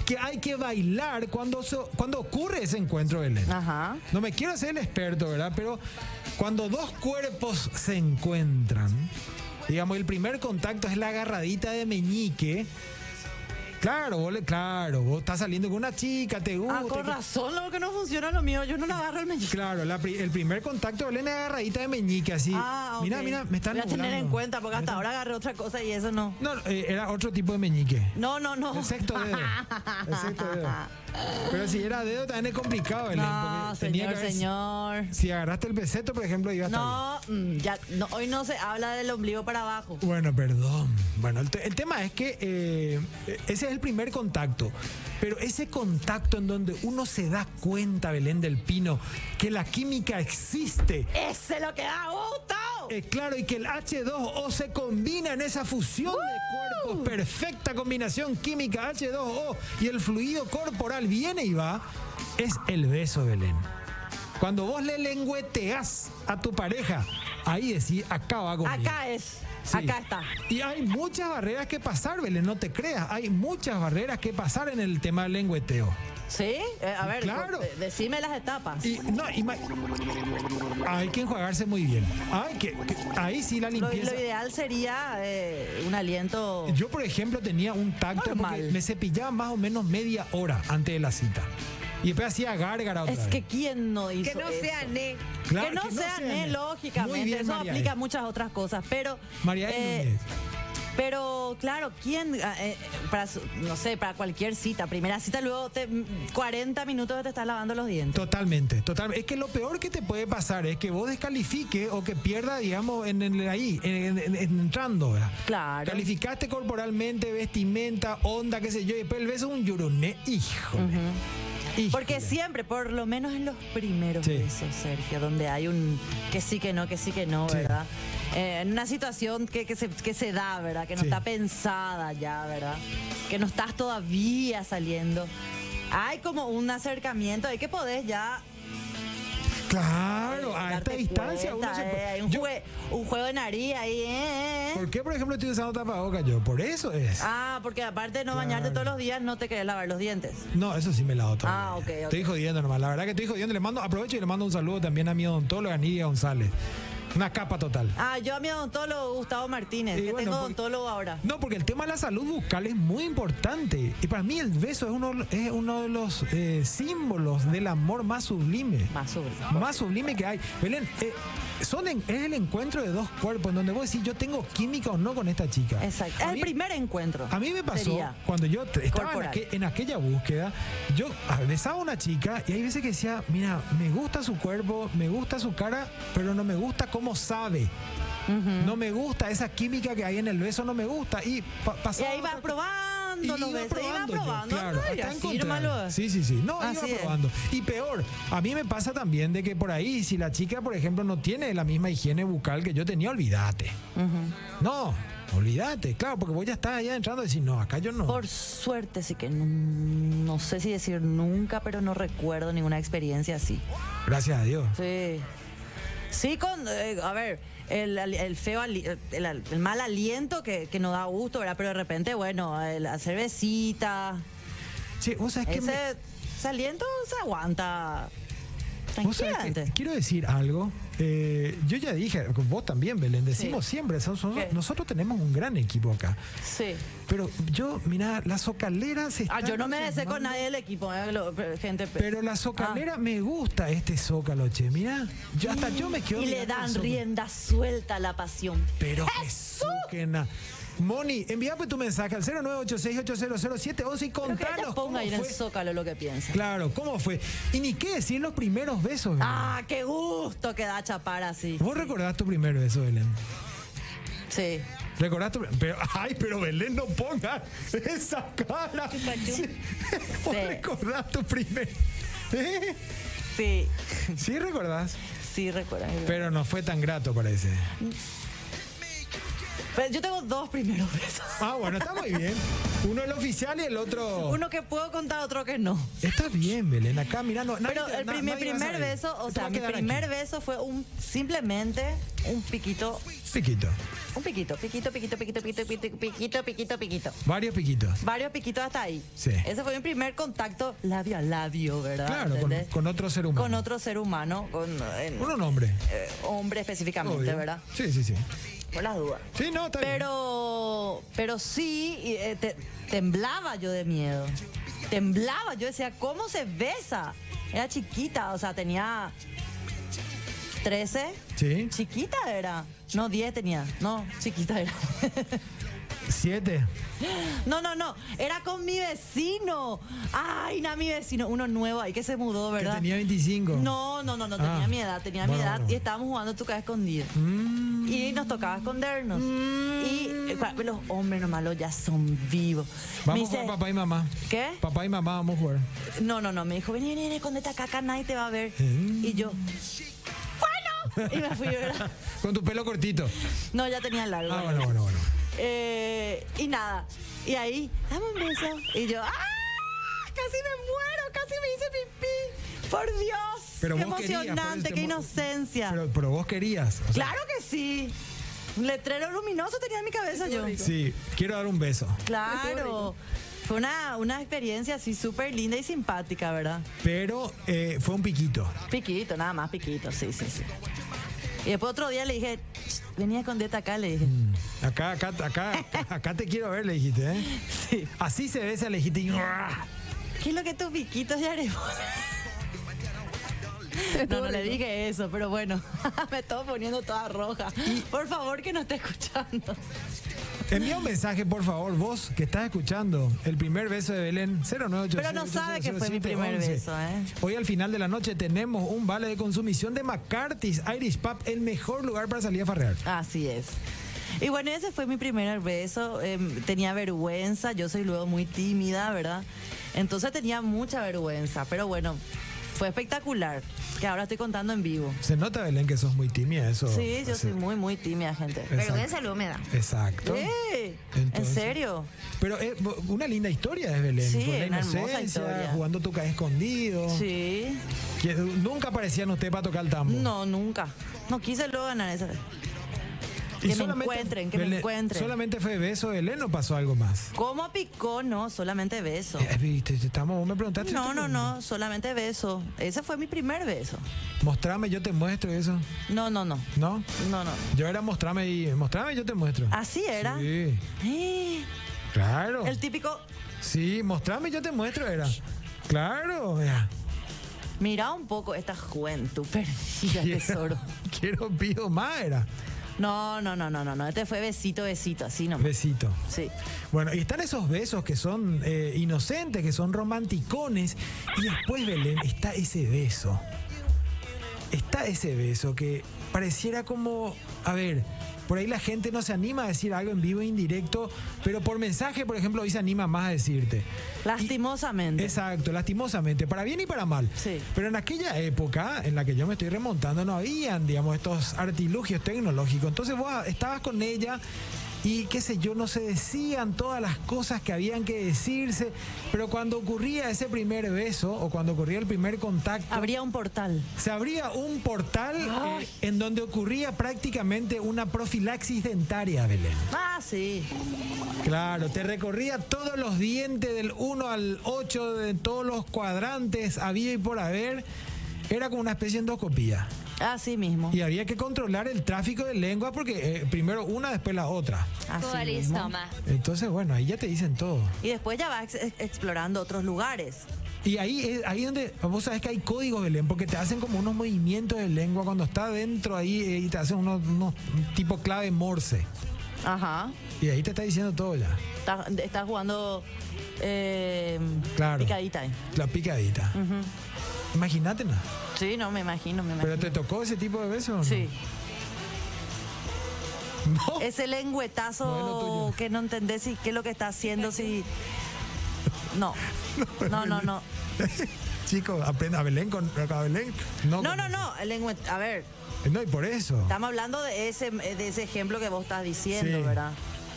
[SPEAKER 2] que hay que bailar cuando, so- cuando ocurre ese encuentro, Belén.
[SPEAKER 1] Ajá.
[SPEAKER 2] No me quiero hacer el experto, ¿verdad? Pero cuando dos cuerpos se encuentran, digamos, el primer contacto es la agarradita de meñique. Claro, vos le- claro, vos estás saliendo con una chica, Uh, te gusta.
[SPEAKER 1] Ah, con
[SPEAKER 2] que-
[SPEAKER 1] razón, lo que no funciona lo mío. Yo no la agarro el meñique.
[SPEAKER 2] Claro, la pri- el primer contacto Belén, es la agarradita de meñique, así.
[SPEAKER 1] Ah, ok.
[SPEAKER 2] Mira, mira, me están
[SPEAKER 1] Voy a tener
[SPEAKER 2] nublando.
[SPEAKER 1] en cuenta porque
[SPEAKER 2] Me
[SPEAKER 1] hasta
[SPEAKER 2] están-
[SPEAKER 1] ahora agarré otra cosa y eso no.
[SPEAKER 2] No, eh, era otro tipo de meñique.
[SPEAKER 1] No, no, no.
[SPEAKER 2] El sexto dedo. El sexto dedo. Pero si era dedo también es complicado, Belén.
[SPEAKER 1] No,
[SPEAKER 2] porque tenía
[SPEAKER 1] Ah, señor,
[SPEAKER 2] que haber-
[SPEAKER 1] señor.
[SPEAKER 2] Si agarraste el peseto, por ejemplo, iba a estar bien.
[SPEAKER 1] No, mm, ya, no, hoy no se habla del ombligo para abajo.
[SPEAKER 2] Bueno, perdón. Bueno, el, te- el tema es que eh, ese es el primer contacto. Pero ese contacto en donde uno se da cuenta, Belén del Pino, que la química existe.
[SPEAKER 1] ¡Ese es lo que da gusto!
[SPEAKER 2] eh, claro, y que el H2O se combina en esa fusión de cuerpos. Perfecta combinación química H2O y el fluido corporal viene y va. Es el beso, Belén. Cuando vos le lengüeteás a tu pareja, ahí decís, acá va conmigo.
[SPEAKER 1] Acá es.
[SPEAKER 2] Sí.
[SPEAKER 1] Acá está.
[SPEAKER 2] Y hay muchas barreras que pasar, Belén, no te creas. Hay muchas barreras que pasar en el tema del lengüeteo.
[SPEAKER 1] ¿Sí? Eh, a ver,
[SPEAKER 2] Claro.
[SPEAKER 1] eh, decime las etapas.
[SPEAKER 2] Y, no, ima- hay que enjuagarse muy bien. Hay que, que- ahí sí la
[SPEAKER 1] Lo,
[SPEAKER 2] limpieza.
[SPEAKER 1] lo ideal sería eh, un aliento.
[SPEAKER 2] Yo, por ejemplo, tenía un tacto
[SPEAKER 1] Normal.
[SPEAKER 2] porque me cepillaba más o menos media hora antes de la cita. Y después hacía gárgara otra
[SPEAKER 1] Es
[SPEAKER 2] vez.
[SPEAKER 1] que quién no hizo
[SPEAKER 5] Que no
[SPEAKER 1] eso?
[SPEAKER 5] sea ne.
[SPEAKER 2] Claro,
[SPEAKER 1] que no sean, eh, lógicamente.
[SPEAKER 2] Muy bien,
[SPEAKER 1] eso
[SPEAKER 2] María.
[SPEAKER 1] aplica a muchas otras cosas. Pero.
[SPEAKER 2] María
[SPEAKER 1] eh,
[SPEAKER 2] Núñez.
[SPEAKER 1] Pero claro, ¿quién? ah, eh, para, su- no sé, para cualquier cita, primera cita, luego te, 40 minutos te estás lavando los dientes.
[SPEAKER 2] Totalmente, totalmente. Es que lo peor que te puede pasar es que vos descalifique o que pierda, digamos, en, el ahí, en- en- en- entrando. ¿verdad?
[SPEAKER 1] Claro.
[SPEAKER 2] Calificaste corporalmente, vestimenta, onda, qué sé yo, y después el beso es un lloroné, híjole. Híjole.
[SPEAKER 1] Porque siempre, por lo menos en los primeros
[SPEAKER 2] Sí.
[SPEAKER 1] besos, Sergio, donde hay un que sí, que no, que sí, que no,
[SPEAKER 2] Sí.
[SPEAKER 1] ¿verdad? Eh, en una situación que, que se, que se da, ¿verdad? Que no
[SPEAKER 2] Sí.
[SPEAKER 1] está pensada ya, ¿verdad? Que no estás todavía saliendo. Hay como un acercamiento de que podés ya
[SPEAKER 2] Claro, a esta
[SPEAKER 1] darte
[SPEAKER 2] distancia
[SPEAKER 1] cuenta,
[SPEAKER 2] uno se puede-
[SPEAKER 1] eh, hay un,
[SPEAKER 2] Yo-
[SPEAKER 1] jue- un juego de nariz ahí, eh, eh.
[SPEAKER 2] ¿Por qué, por ejemplo, estoy usando tapabocas yo? Por eso es.
[SPEAKER 1] Ah, porque aparte de no bañarte
[SPEAKER 2] Claro.
[SPEAKER 1] todos los días, no te querés lavar los dientes.
[SPEAKER 2] No, eso sí me la otro.
[SPEAKER 1] Ah, ok, ok.
[SPEAKER 2] Estoy jodiendo nomás. La verdad que estoy jodiendo. Le mando, aprovecho y le mando un saludo también a mi odontóloga Nidia González. Una capa total.
[SPEAKER 1] Ah, yo a mi odontólogo Gustavo Martínez,
[SPEAKER 2] Y
[SPEAKER 1] que
[SPEAKER 2] bueno,
[SPEAKER 1] tengo
[SPEAKER 2] porque-
[SPEAKER 1] odontólogo ahora.
[SPEAKER 2] No, porque el tema de la salud bucal es muy importante. Y para mí el beso es uno, es uno de los eh, símbolos del amor más sublime.
[SPEAKER 1] Más sobre.
[SPEAKER 2] Más sublime que hay. Belén, eh, son en- es el encuentro de dos cuerpos en donde vos decís, yo tengo química o no con esta chica.
[SPEAKER 1] Exacto.
[SPEAKER 2] A
[SPEAKER 1] Es el
[SPEAKER 2] mí-
[SPEAKER 1] primer encuentro.
[SPEAKER 2] A mí me pasó
[SPEAKER 1] Sería.
[SPEAKER 2] cuando yo t- estaba en,
[SPEAKER 1] Corporal.
[SPEAKER 2] aquel- en aquella búsqueda, yo ah, besaba a una chica y hay veces que decía, mira, me gusta su cuerpo, me gusta su cara, pero no me gusta cómo sabe. No me gusta esa química que hay en el beso, no me gusta. Y pa-
[SPEAKER 1] Y
[SPEAKER 2] pasaba
[SPEAKER 1] ahí vas
[SPEAKER 2] otra-
[SPEAKER 1] probando los
[SPEAKER 2] iba
[SPEAKER 1] besos, iba
[SPEAKER 2] probando yo,
[SPEAKER 1] probando.
[SPEAKER 2] claro,
[SPEAKER 1] Ay,
[SPEAKER 2] hasta
[SPEAKER 1] así,
[SPEAKER 2] encontrar.
[SPEAKER 1] hermano.
[SPEAKER 2] Sí, sí, sí. No,
[SPEAKER 1] Así
[SPEAKER 2] iba
[SPEAKER 1] es.
[SPEAKER 2] probando. Y peor, a mí me pasa también de que por ahí, si la chica, por ejemplo, no tiene la misma higiene bucal que yo tenía, olvídate. No, olvídate. Claro, porque vos ya estás allá entrando y decís, no, acá yo no.
[SPEAKER 1] Por suerte, sí que no, no sé si decir nunca, pero no recuerdo ninguna experiencia así.
[SPEAKER 2] Gracias a Dios.
[SPEAKER 1] Sí. Sí, con, eh, a ver, el, ali- el feo, ali- el, al- el mal aliento que, que no da gusto, ¿verdad? Pero de repente, bueno, el- la cervecita,
[SPEAKER 2] Che, vos sabés que,
[SPEAKER 1] ese,
[SPEAKER 2] me-
[SPEAKER 1] ese aliento se aguanta
[SPEAKER 2] vos sabés que
[SPEAKER 1] tranquilamente.
[SPEAKER 2] quiero decir algo. Eh, yo ya dije, con vos también, Belén, decimos siempre, son- son-
[SPEAKER 1] ¿Qué?
[SPEAKER 2] nosotros tenemos un gran equipo acá.
[SPEAKER 1] Sí.
[SPEAKER 2] Pero yo, mira, la socalera se
[SPEAKER 1] Ah,
[SPEAKER 2] está
[SPEAKER 1] yo no me besé con
[SPEAKER 2] transformando.
[SPEAKER 1] nadie del equipo, eh, lo- pero gente. Ah. pe-
[SPEAKER 2] Pero la socalera me gusta este zócalo, che. Mira, yo hasta yo me quedo.
[SPEAKER 1] Y le
[SPEAKER 2] mirando el
[SPEAKER 1] dan
[SPEAKER 2] zócalo.
[SPEAKER 1] rienda suelta a la pasión.
[SPEAKER 2] Pero Jesús, que na- Moni, envía pues tu mensaje al 0986800711
[SPEAKER 1] Creo
[SPEAKER 2] y
[SPEAKER 1] que
[SPEAKER 2] contanos
[SPEAKER 1] ella
[SPEAKER 2] cómo
[SPEAKER 1] ponga ahí en el
[SPEAKER 2] fue.
[SPEAKER 1] zócalo lo que piensa.
[SPEAKER 2] Claro, ¿cómo fue? Y ni qué decir los primeros besos. Belén.
[SPEAKER 1] Ah, qué gusto que da chapar así.
[SPEAKER 2] ¿Vos recordás tu primer beso, Belén?
[SPEAKER 1] Sí.
[SPEAKER 2] ¿Recordás tu pero, Ay, pero Belén, no ponga esa cara. Sí. ¿Vos
[SPEAKER 1] Sí.
[SPEAKER 2] recordás tu primer? ¿Eh?
[SPEAKER 1] Sí,
[SPEAKER 2] Sí recordás,
[SPEAKER 1] sí recuerdo.
[SPEAKER 2] pero no fue tan grato parece.
[SPEAKER 1] Pero yo tengo dos primeros besos.
[SPEAKER 2] Ah, bueno, está muy bien. Uno el oficial y el otro...
[SPEAKER 1] Uno que puedo contar, otro que no.
[SPEAKER 2] Está bien, Belén, acá mirando...
[SPEAKER 1] Pero el primer, primer beso, o sea, mi primer beso fue un simplemente un piquito,
[SPEAKER 2] Piquito,
[SPEAKER 1] un piquito, piquito, piquito, piquito, piquito, piquito, piquito, piquito, piquito.
[SPEAKER 2] varios piquitos.
[SPEAKER 1] Varios piquitos hasta ahí.
[SPEAKER 2] Sí.
[SPEAKER 1] Ese fue mi primer contacto labio a labio, ¿verdad?
[SPEAKER 2] Claro, con,
[SPEAKER 1] ¿Entendés?
[SPEAKER 2] con otro ser humano.
[SPEAKER 1] Con otro ser humano, con en-
[SPEAKER 2] Uno nombre.
[SPEAKER 1] eh, hombre específicamente,
[SPEAKER 2] obvio.
[SPEAKER 1] ¿verdad?
[SPEAKER 2] Sí, sí, sí.
[SPEAKER 1] Por las dudas.
[SPEAKER 2] Sí, no, está bien.
[SPEAKER 1] Pero, pero sí, y, eh, te- temblaba yo de miedo. Temblaba, yo decía, ¿cómo se besa? Era chiquita, o sea, tenía 13.
[SPEAKER 2] Sí.
[SPEAKER 1] Chiquita era. No, 10 tenía. No, chiquita era.
[SPEAKER 2] Siete.
[SPEAKER 1] no, no, no. Era con mi vecino. Ay, na, mi vecino. Uno nuevo ahí que se mudó,
[SPEAKER 2] Que
[SPEAKER 1] ¿verdad?
[SPEAKER 2] tenía 25.
[SPEAKER 1] No, no, no, no tenía
[SPEAKER 2] Ah.
[SPEAKER 1] mi edad, tenía mi
[SPEAKER 2] Bueno,
[SPEAKER 1] edad
[SPEAKER 2] bueno.
[SPEAKER 1] y estábamos jugando tu casa escondida.
[SPEAKER 2] Mm.
[SPEAKER 1] Y nos tocaba escondernos. Y eh, cua- los hombres nomás los ya son vivos.
[SPEAKER 2] Vamos
[SPEAKER 1] me
[SPEAKER 2] a jugar
[SPEAKER 1] dice,
[SPEAKER 2] papá y mamá.
[SPEAKER 1] ¿Qué?
[SPEAKER 2] Papá y mamá vamos a jugar.
[SPEAKER 1] No, no, no, me dijo, vení, vení, vení, escondete acá, acá nadie te va a ver.
[SPEAKER 2] Mm.
[SPEAKER 1] Y yo, bueno, y me fui, ¿verdad?
[SPEAKER 2] Con tu pelo cortito.
[SPEAKER 1] No, ya tenía largo.
[SPEAKER 2] Ah, bueno, bueno, bueno.
[SPEAKER 1] Eh, y nada, y ahí, dame un beso. Y yo, ¡ah! Casi me muero, casi me hice pipí. Por Dios,
[SPEAKER 2] Pero
[SPEAKER 1] qué
[SPEAKER 2] vos querías, por
[SPEAKER 1] emocionante,
[SPEAKER 2] eso
[SPEAKER 1] qué
[SPEAKER 2] te mu-
[SPEAKER 1] inocencia.
[SPEAKER 2] Pero, pero vos querías. o sea,
[SPEAKER 1] Claro que sí. Un letrero luminoso tenía en mi cabeza yo.
[SPEAKER 2] Sí, quiero dar un beso.
[SPEAKER 1] Claro. Fue una, una experiencia así súper linda y simpática, ¿verdad?
[SPEAKER 2] Pero eh, fue un piquito.
[SPEAKER 1] Piquito, nada más piquito, sí, sí, sí. Y después otro día le dije, "Ch, venía con deta acá, le dije.
[SPEAKER 2] Acá, acá, acá, acá te quiero ver, le dijiste, ¿eh?
[SPEAKER 1] Sí.
[SPEAKER 2] Así se besa, le dijiste. y-
[SPEAKER 1] ¿Qué es lo que tus piquitos ya haremos? No, no le dije eso, pero bueno, me estoy poniendo toda roja. Por favor, que no esté escuchando.
[SPEAKER 2] Envía un mensaje, por favor, vos que estás escuchando el primer beso de Belén 0986.
[SPEAKER 1] Pero no sabe que fue mi primer beso, ¿eh?
[SPEAKER 2] Hoy al final de la noche tenemos un vale de consumición de McCarthy's Irish Pub, el mejor lugar para salir a farrear.
[SPEAKER 1] Así es. Y bueno, ese fue mi primer beso. em, tenía vergüenza, yo soy luego muy tímida, ¿verdad? Entonces tenía mucha vergüenza, pero bueno, fue espectacular, que ahora estoy contando en vivo.
[SPEAKER 2] Se nota, Belén, que sos muy tímida, eso.
[SPEAKER 1] Sí, yo
[SPEAKER 2] Oh, así.
[SPEAKER 1] soy muy, muy tímida, gente.
[SPEAKER 2] Exacto.
[SPEAKER 5] Vergüenza luego me da.
[SPEAKER 2] Exacto.
[SPEAKER 1] ¡Eh! ¿En
[SPEAKER 2] Entonces-
[SPEAKER 1] serio?
[SPEAKER 2] Pero eh, bo- una linda historia es Belén.
[SPEAKER 1] Sí,
[SPEAKER 2] Fue la
[SPEAKER 1] una hermosa
[SPEAKER 2] inocencia,
[SPEAKER 1] historia.
[SPEAKER 2] jugando tu escondido.
[SPEAKER 1] Sí.
[SPEAKER 2] Que eh, nunca aparecían ustedes para tocar el tambo.
[SPEAKER 1] No, nunca. No quise luego ganar esa.
[SPEAKER 2] Y
[SPEAKER 1] que me
[SPEAKER 2] solamente-
[SPEAKER 1] encuentren, que me encuentren.
[SPEAKER 2] ¿Solamente fue beso de Belén o pasó algo más?
[SPEAKER 1] ¿Cómo picó? No, solamente beso.
[SPEAKER 2] Eh, viste, te estamos, vos me preguntaste.
[SPEAKER 1] No,
[SPEAKER 2] te-
[SPEAKER 1] no, no, solamente beso. Ese fue mi primer beso.
[SPEAKER 2] Mostrame, yo te muestro eso.
[SPEAKER 1] No, no, no.
[SPEAKER 2] ¿No?
[SPEAKER 1] No, no.
[SPEAKER 2] Yo era mostrame y mostrame, yo te muestro.
[SPEAKER 1] Así era.
[SPEAKER 2] Sí,
[SPEAKER 1] Eh,
[SPEAKER 2] claro.
[SPEAKER 1] El típico,
[SPEAKER 2] Sí, mostrame, yo te muestro era. Claro, ya.
[SPEAKER 1] mira un poco esta juventud perdida, tesoro.
[SPEAKER 2] Quiero pido más era.
[SPEAKER 1] No, no, no, no, no, no. Este fue besito, besito, así nomás.
[SPEAKER 2] Besito.
[SPEAKER 1] Sí.
[SPEAKER 2] Bueno, y están esos besos que son eh, inocentes, que son romanticones. Y después, Belén, está ese beso. Está ese beso que pareciera como, a ver, por ahí la gente no se anima a decir algo en vivo e indirecto, pero por mensaje, por ejemplo, hoy se anima más a decirte.
[SPEAKER 1] Lastimosamente.
[SPEAKER 2] Exacto, lastimosamente, para bien y para mal.
[SPEAKER 1] Sí.
[SPEAKER 2] Pero en aquella época en la que yo me estoy remontando no habían, digamos, estos artilugios tecnológicos. Entonces vos estabas con ella y qué sé yo, no se decían todas las cosas que habían que decirse, pero cuando ocurría ese primer beso o cuando ocurría el primer contacto,
[SPEAKER 1] Habría un portal.
[SPEAKER 2] se abría un portal eh, en donde ocurría prácticamente una profilaxis dentaria, Belén.
[SPEAKER 1] Ah, sí.
[SPEAKER 2] Claro, te recorría todos los dientes del 1 al 8 de todos los cuadrantes, había y por haber. Era como una especie de endoscopía.
[SPEAKER 1] Así mismo.
[SPEAKER 2] Y había que controlar el tráfico de lengua porque eh, primero una, después la otra.
[SPEAKER 1] Así
[SPEAKER 5] Todo listo,
[SPEAKER 1] mismo.
[SPEAKER 5] ma.
[SPEAKER 2] Entonces, bueno, ahí ya te dicen todo.
[SPEAKER 1] Y después ya vas ex- ex- explorando otros lugares.
[SPEAKER 2] Y ahí es ahí donde vos sabés que hay códigos de lengua, porque te hacen como unos movimientos de lengua cuando está dentro ahí eh, y te hacen unos, unos tipo clave morse.
[SPEAKER 1] Ajá.
[SPEAKER 2] Y ahí te está diciendo todo ya.
[SPEAKER 1] Estás está jugando eh,
[SPEAKER 2] Claro.
[SPEAKER 1] picadita. ahí.
[SPEAKER 2] La picadita. Imagínate, ¿no?
[SPEAKER 1] Sí, no, me imagino, me imagino.
[SPEAKER 2] ¿Pero te tocó ese tipo de besos? o no?
[SPEAKER 1] Sí. Ese
[SPEAKER 2] No. No, es lo
[SPEAKER 1] lengüetazo
[SPEAKER 2] tuyo.
[SPEAKER 1] que no entendés si qué es lo que está haciendo, si. No. No, no, no.
[SPEAKER 2] Chicos, aprenda a Belén con a Belén. No,
[SPEAKER 1] No,
[SPEAKER 2] con- Eh,
[SPEAKER 1] no, no. el lengüe- A ver,
[SPEAKER 2] No, y por eso.
[SPEAKER 1] estamos hablando de ese, de ese ejemplo que vos estás diciendo,
[SPEAKER 2] Sí.
[SPEAKER 1] ¿verdad?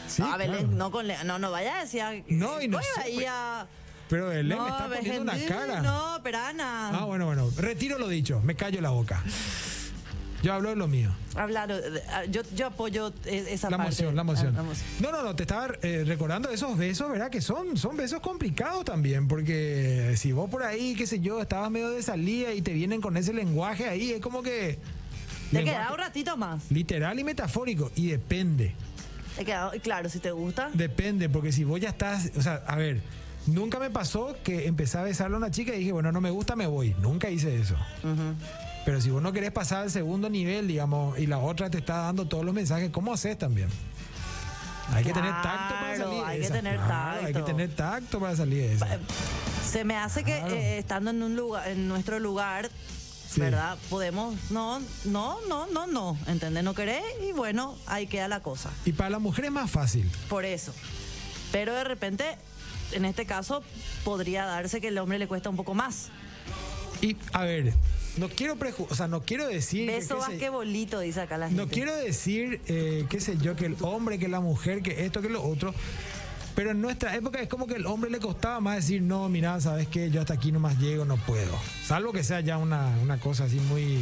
[SPEAKER 2] Sí,
[SPEAKER 1] no, a Belén,
[SPEAKER 2] claro.
[SPEAKER 1] no, con le- no, no vaya a decir. ah,
[SPEAKER 2] No, y no
[SPEAKER 1] voy
[SPEAKER 2] sé,
[SPEAKER 1] ahí
[SPEAKER 2] pues.
[SPEAKER 1] a-
[SPEAKER 2] Pero Belén
[SPEAKER 1] no,
[SPEAKER 2] me está poniendo una
[SPEAKER 1] Belén,
[SPEAKER 2] cara.
[SPEAKER 1] No, pero Ana.
[SPEAKER 2] Ah, bueno, bueno. Retiro lo dicho. Me callo la boca. Yo hablo de lo mío.
[SPEAKER 1] Hablar, eh, ah, yo, yo apoyo eh, esa
[SPEAKER 2] La
[SPEAKER 1] parte.
[SPEAKER 2] emoción, la emoción.
[SPEAKER 1] Ah, la emoción.
[SPEAKER 2] No, no, no, te estaba eh, recordando esos besos, ¿verdad? Que son, son besos complicados también, porque si vos por ahí, qué sé yo, estabas medio de salida y te vienen con ese lenguaje ahí, es como que...
[SPEAKER 1] Te
[SPEAKER 2] lenguaje
[SPEAKER 1] queda un ratito más.
[SPEAKER 2] Literal y metafórico, y depende,
[SPEAKER 1] Te queda, y claro, si te gusta.
[SPEAKER 2] depende, porque si vos ya estás, o sea, a ver, nunca me pasó que empecé a besarle a una chica y dije, bueno, no me gusta, me voy, nunca hice eso. Pero si vos no querés pasar al segundo nivel, digamos, y la otra te está dando todos los mensajes, ¿cómo haces también? Hay que tener tacto para
[SPEAKER 1] Claro,
[SPEAKER 2] salir de
[SPEAKER 1] hay que
[SPEAKER 2] esa.
[SPEAKER 1] tener
[SPEAKER 2] Claro, Hay que
[SPEAKER 1] tacto.
[SPEAKER 2] tener tacto para salir de esa.
[SPEAKER 1] Se me hace que
[SPEAKER 2] Claro.
[SPEAKER 1] eh, estando en un lugar, en nuestro lugar,
[SPEAKER 2] Sí.
[SPEAKER 1] ¿verdad? Podemos, no, no, no, no, no, ¿entendés? No querés y bueno, ahí queda la cosa,
[SPEAKER 2] Y para la mujer es más fácil.
[SPEAKER 1] por eso. Pero de repente, en este caso, podría darse que el hombre le cuesta un poco más.
[SPEAKER 2] Y, a ver, no quiero preju- o sea, no quiero decir... que,
[SPEAKER 1] Beso
[SPEAKER 2] qué sé-
[SPEAKER 1] basquetbolito, dice acá la gente.
[SPEAKER 2] No quiero decir, eh, qué sé yo, que el hombre, que la mujer, que esto, que lo otro. Pero en nuestra época es como que el hombre le costaba más decir, no, mira, sabes que yo hasta aquí nomás llego, no puedo. Salvo que sea ya una, una cosa así muy.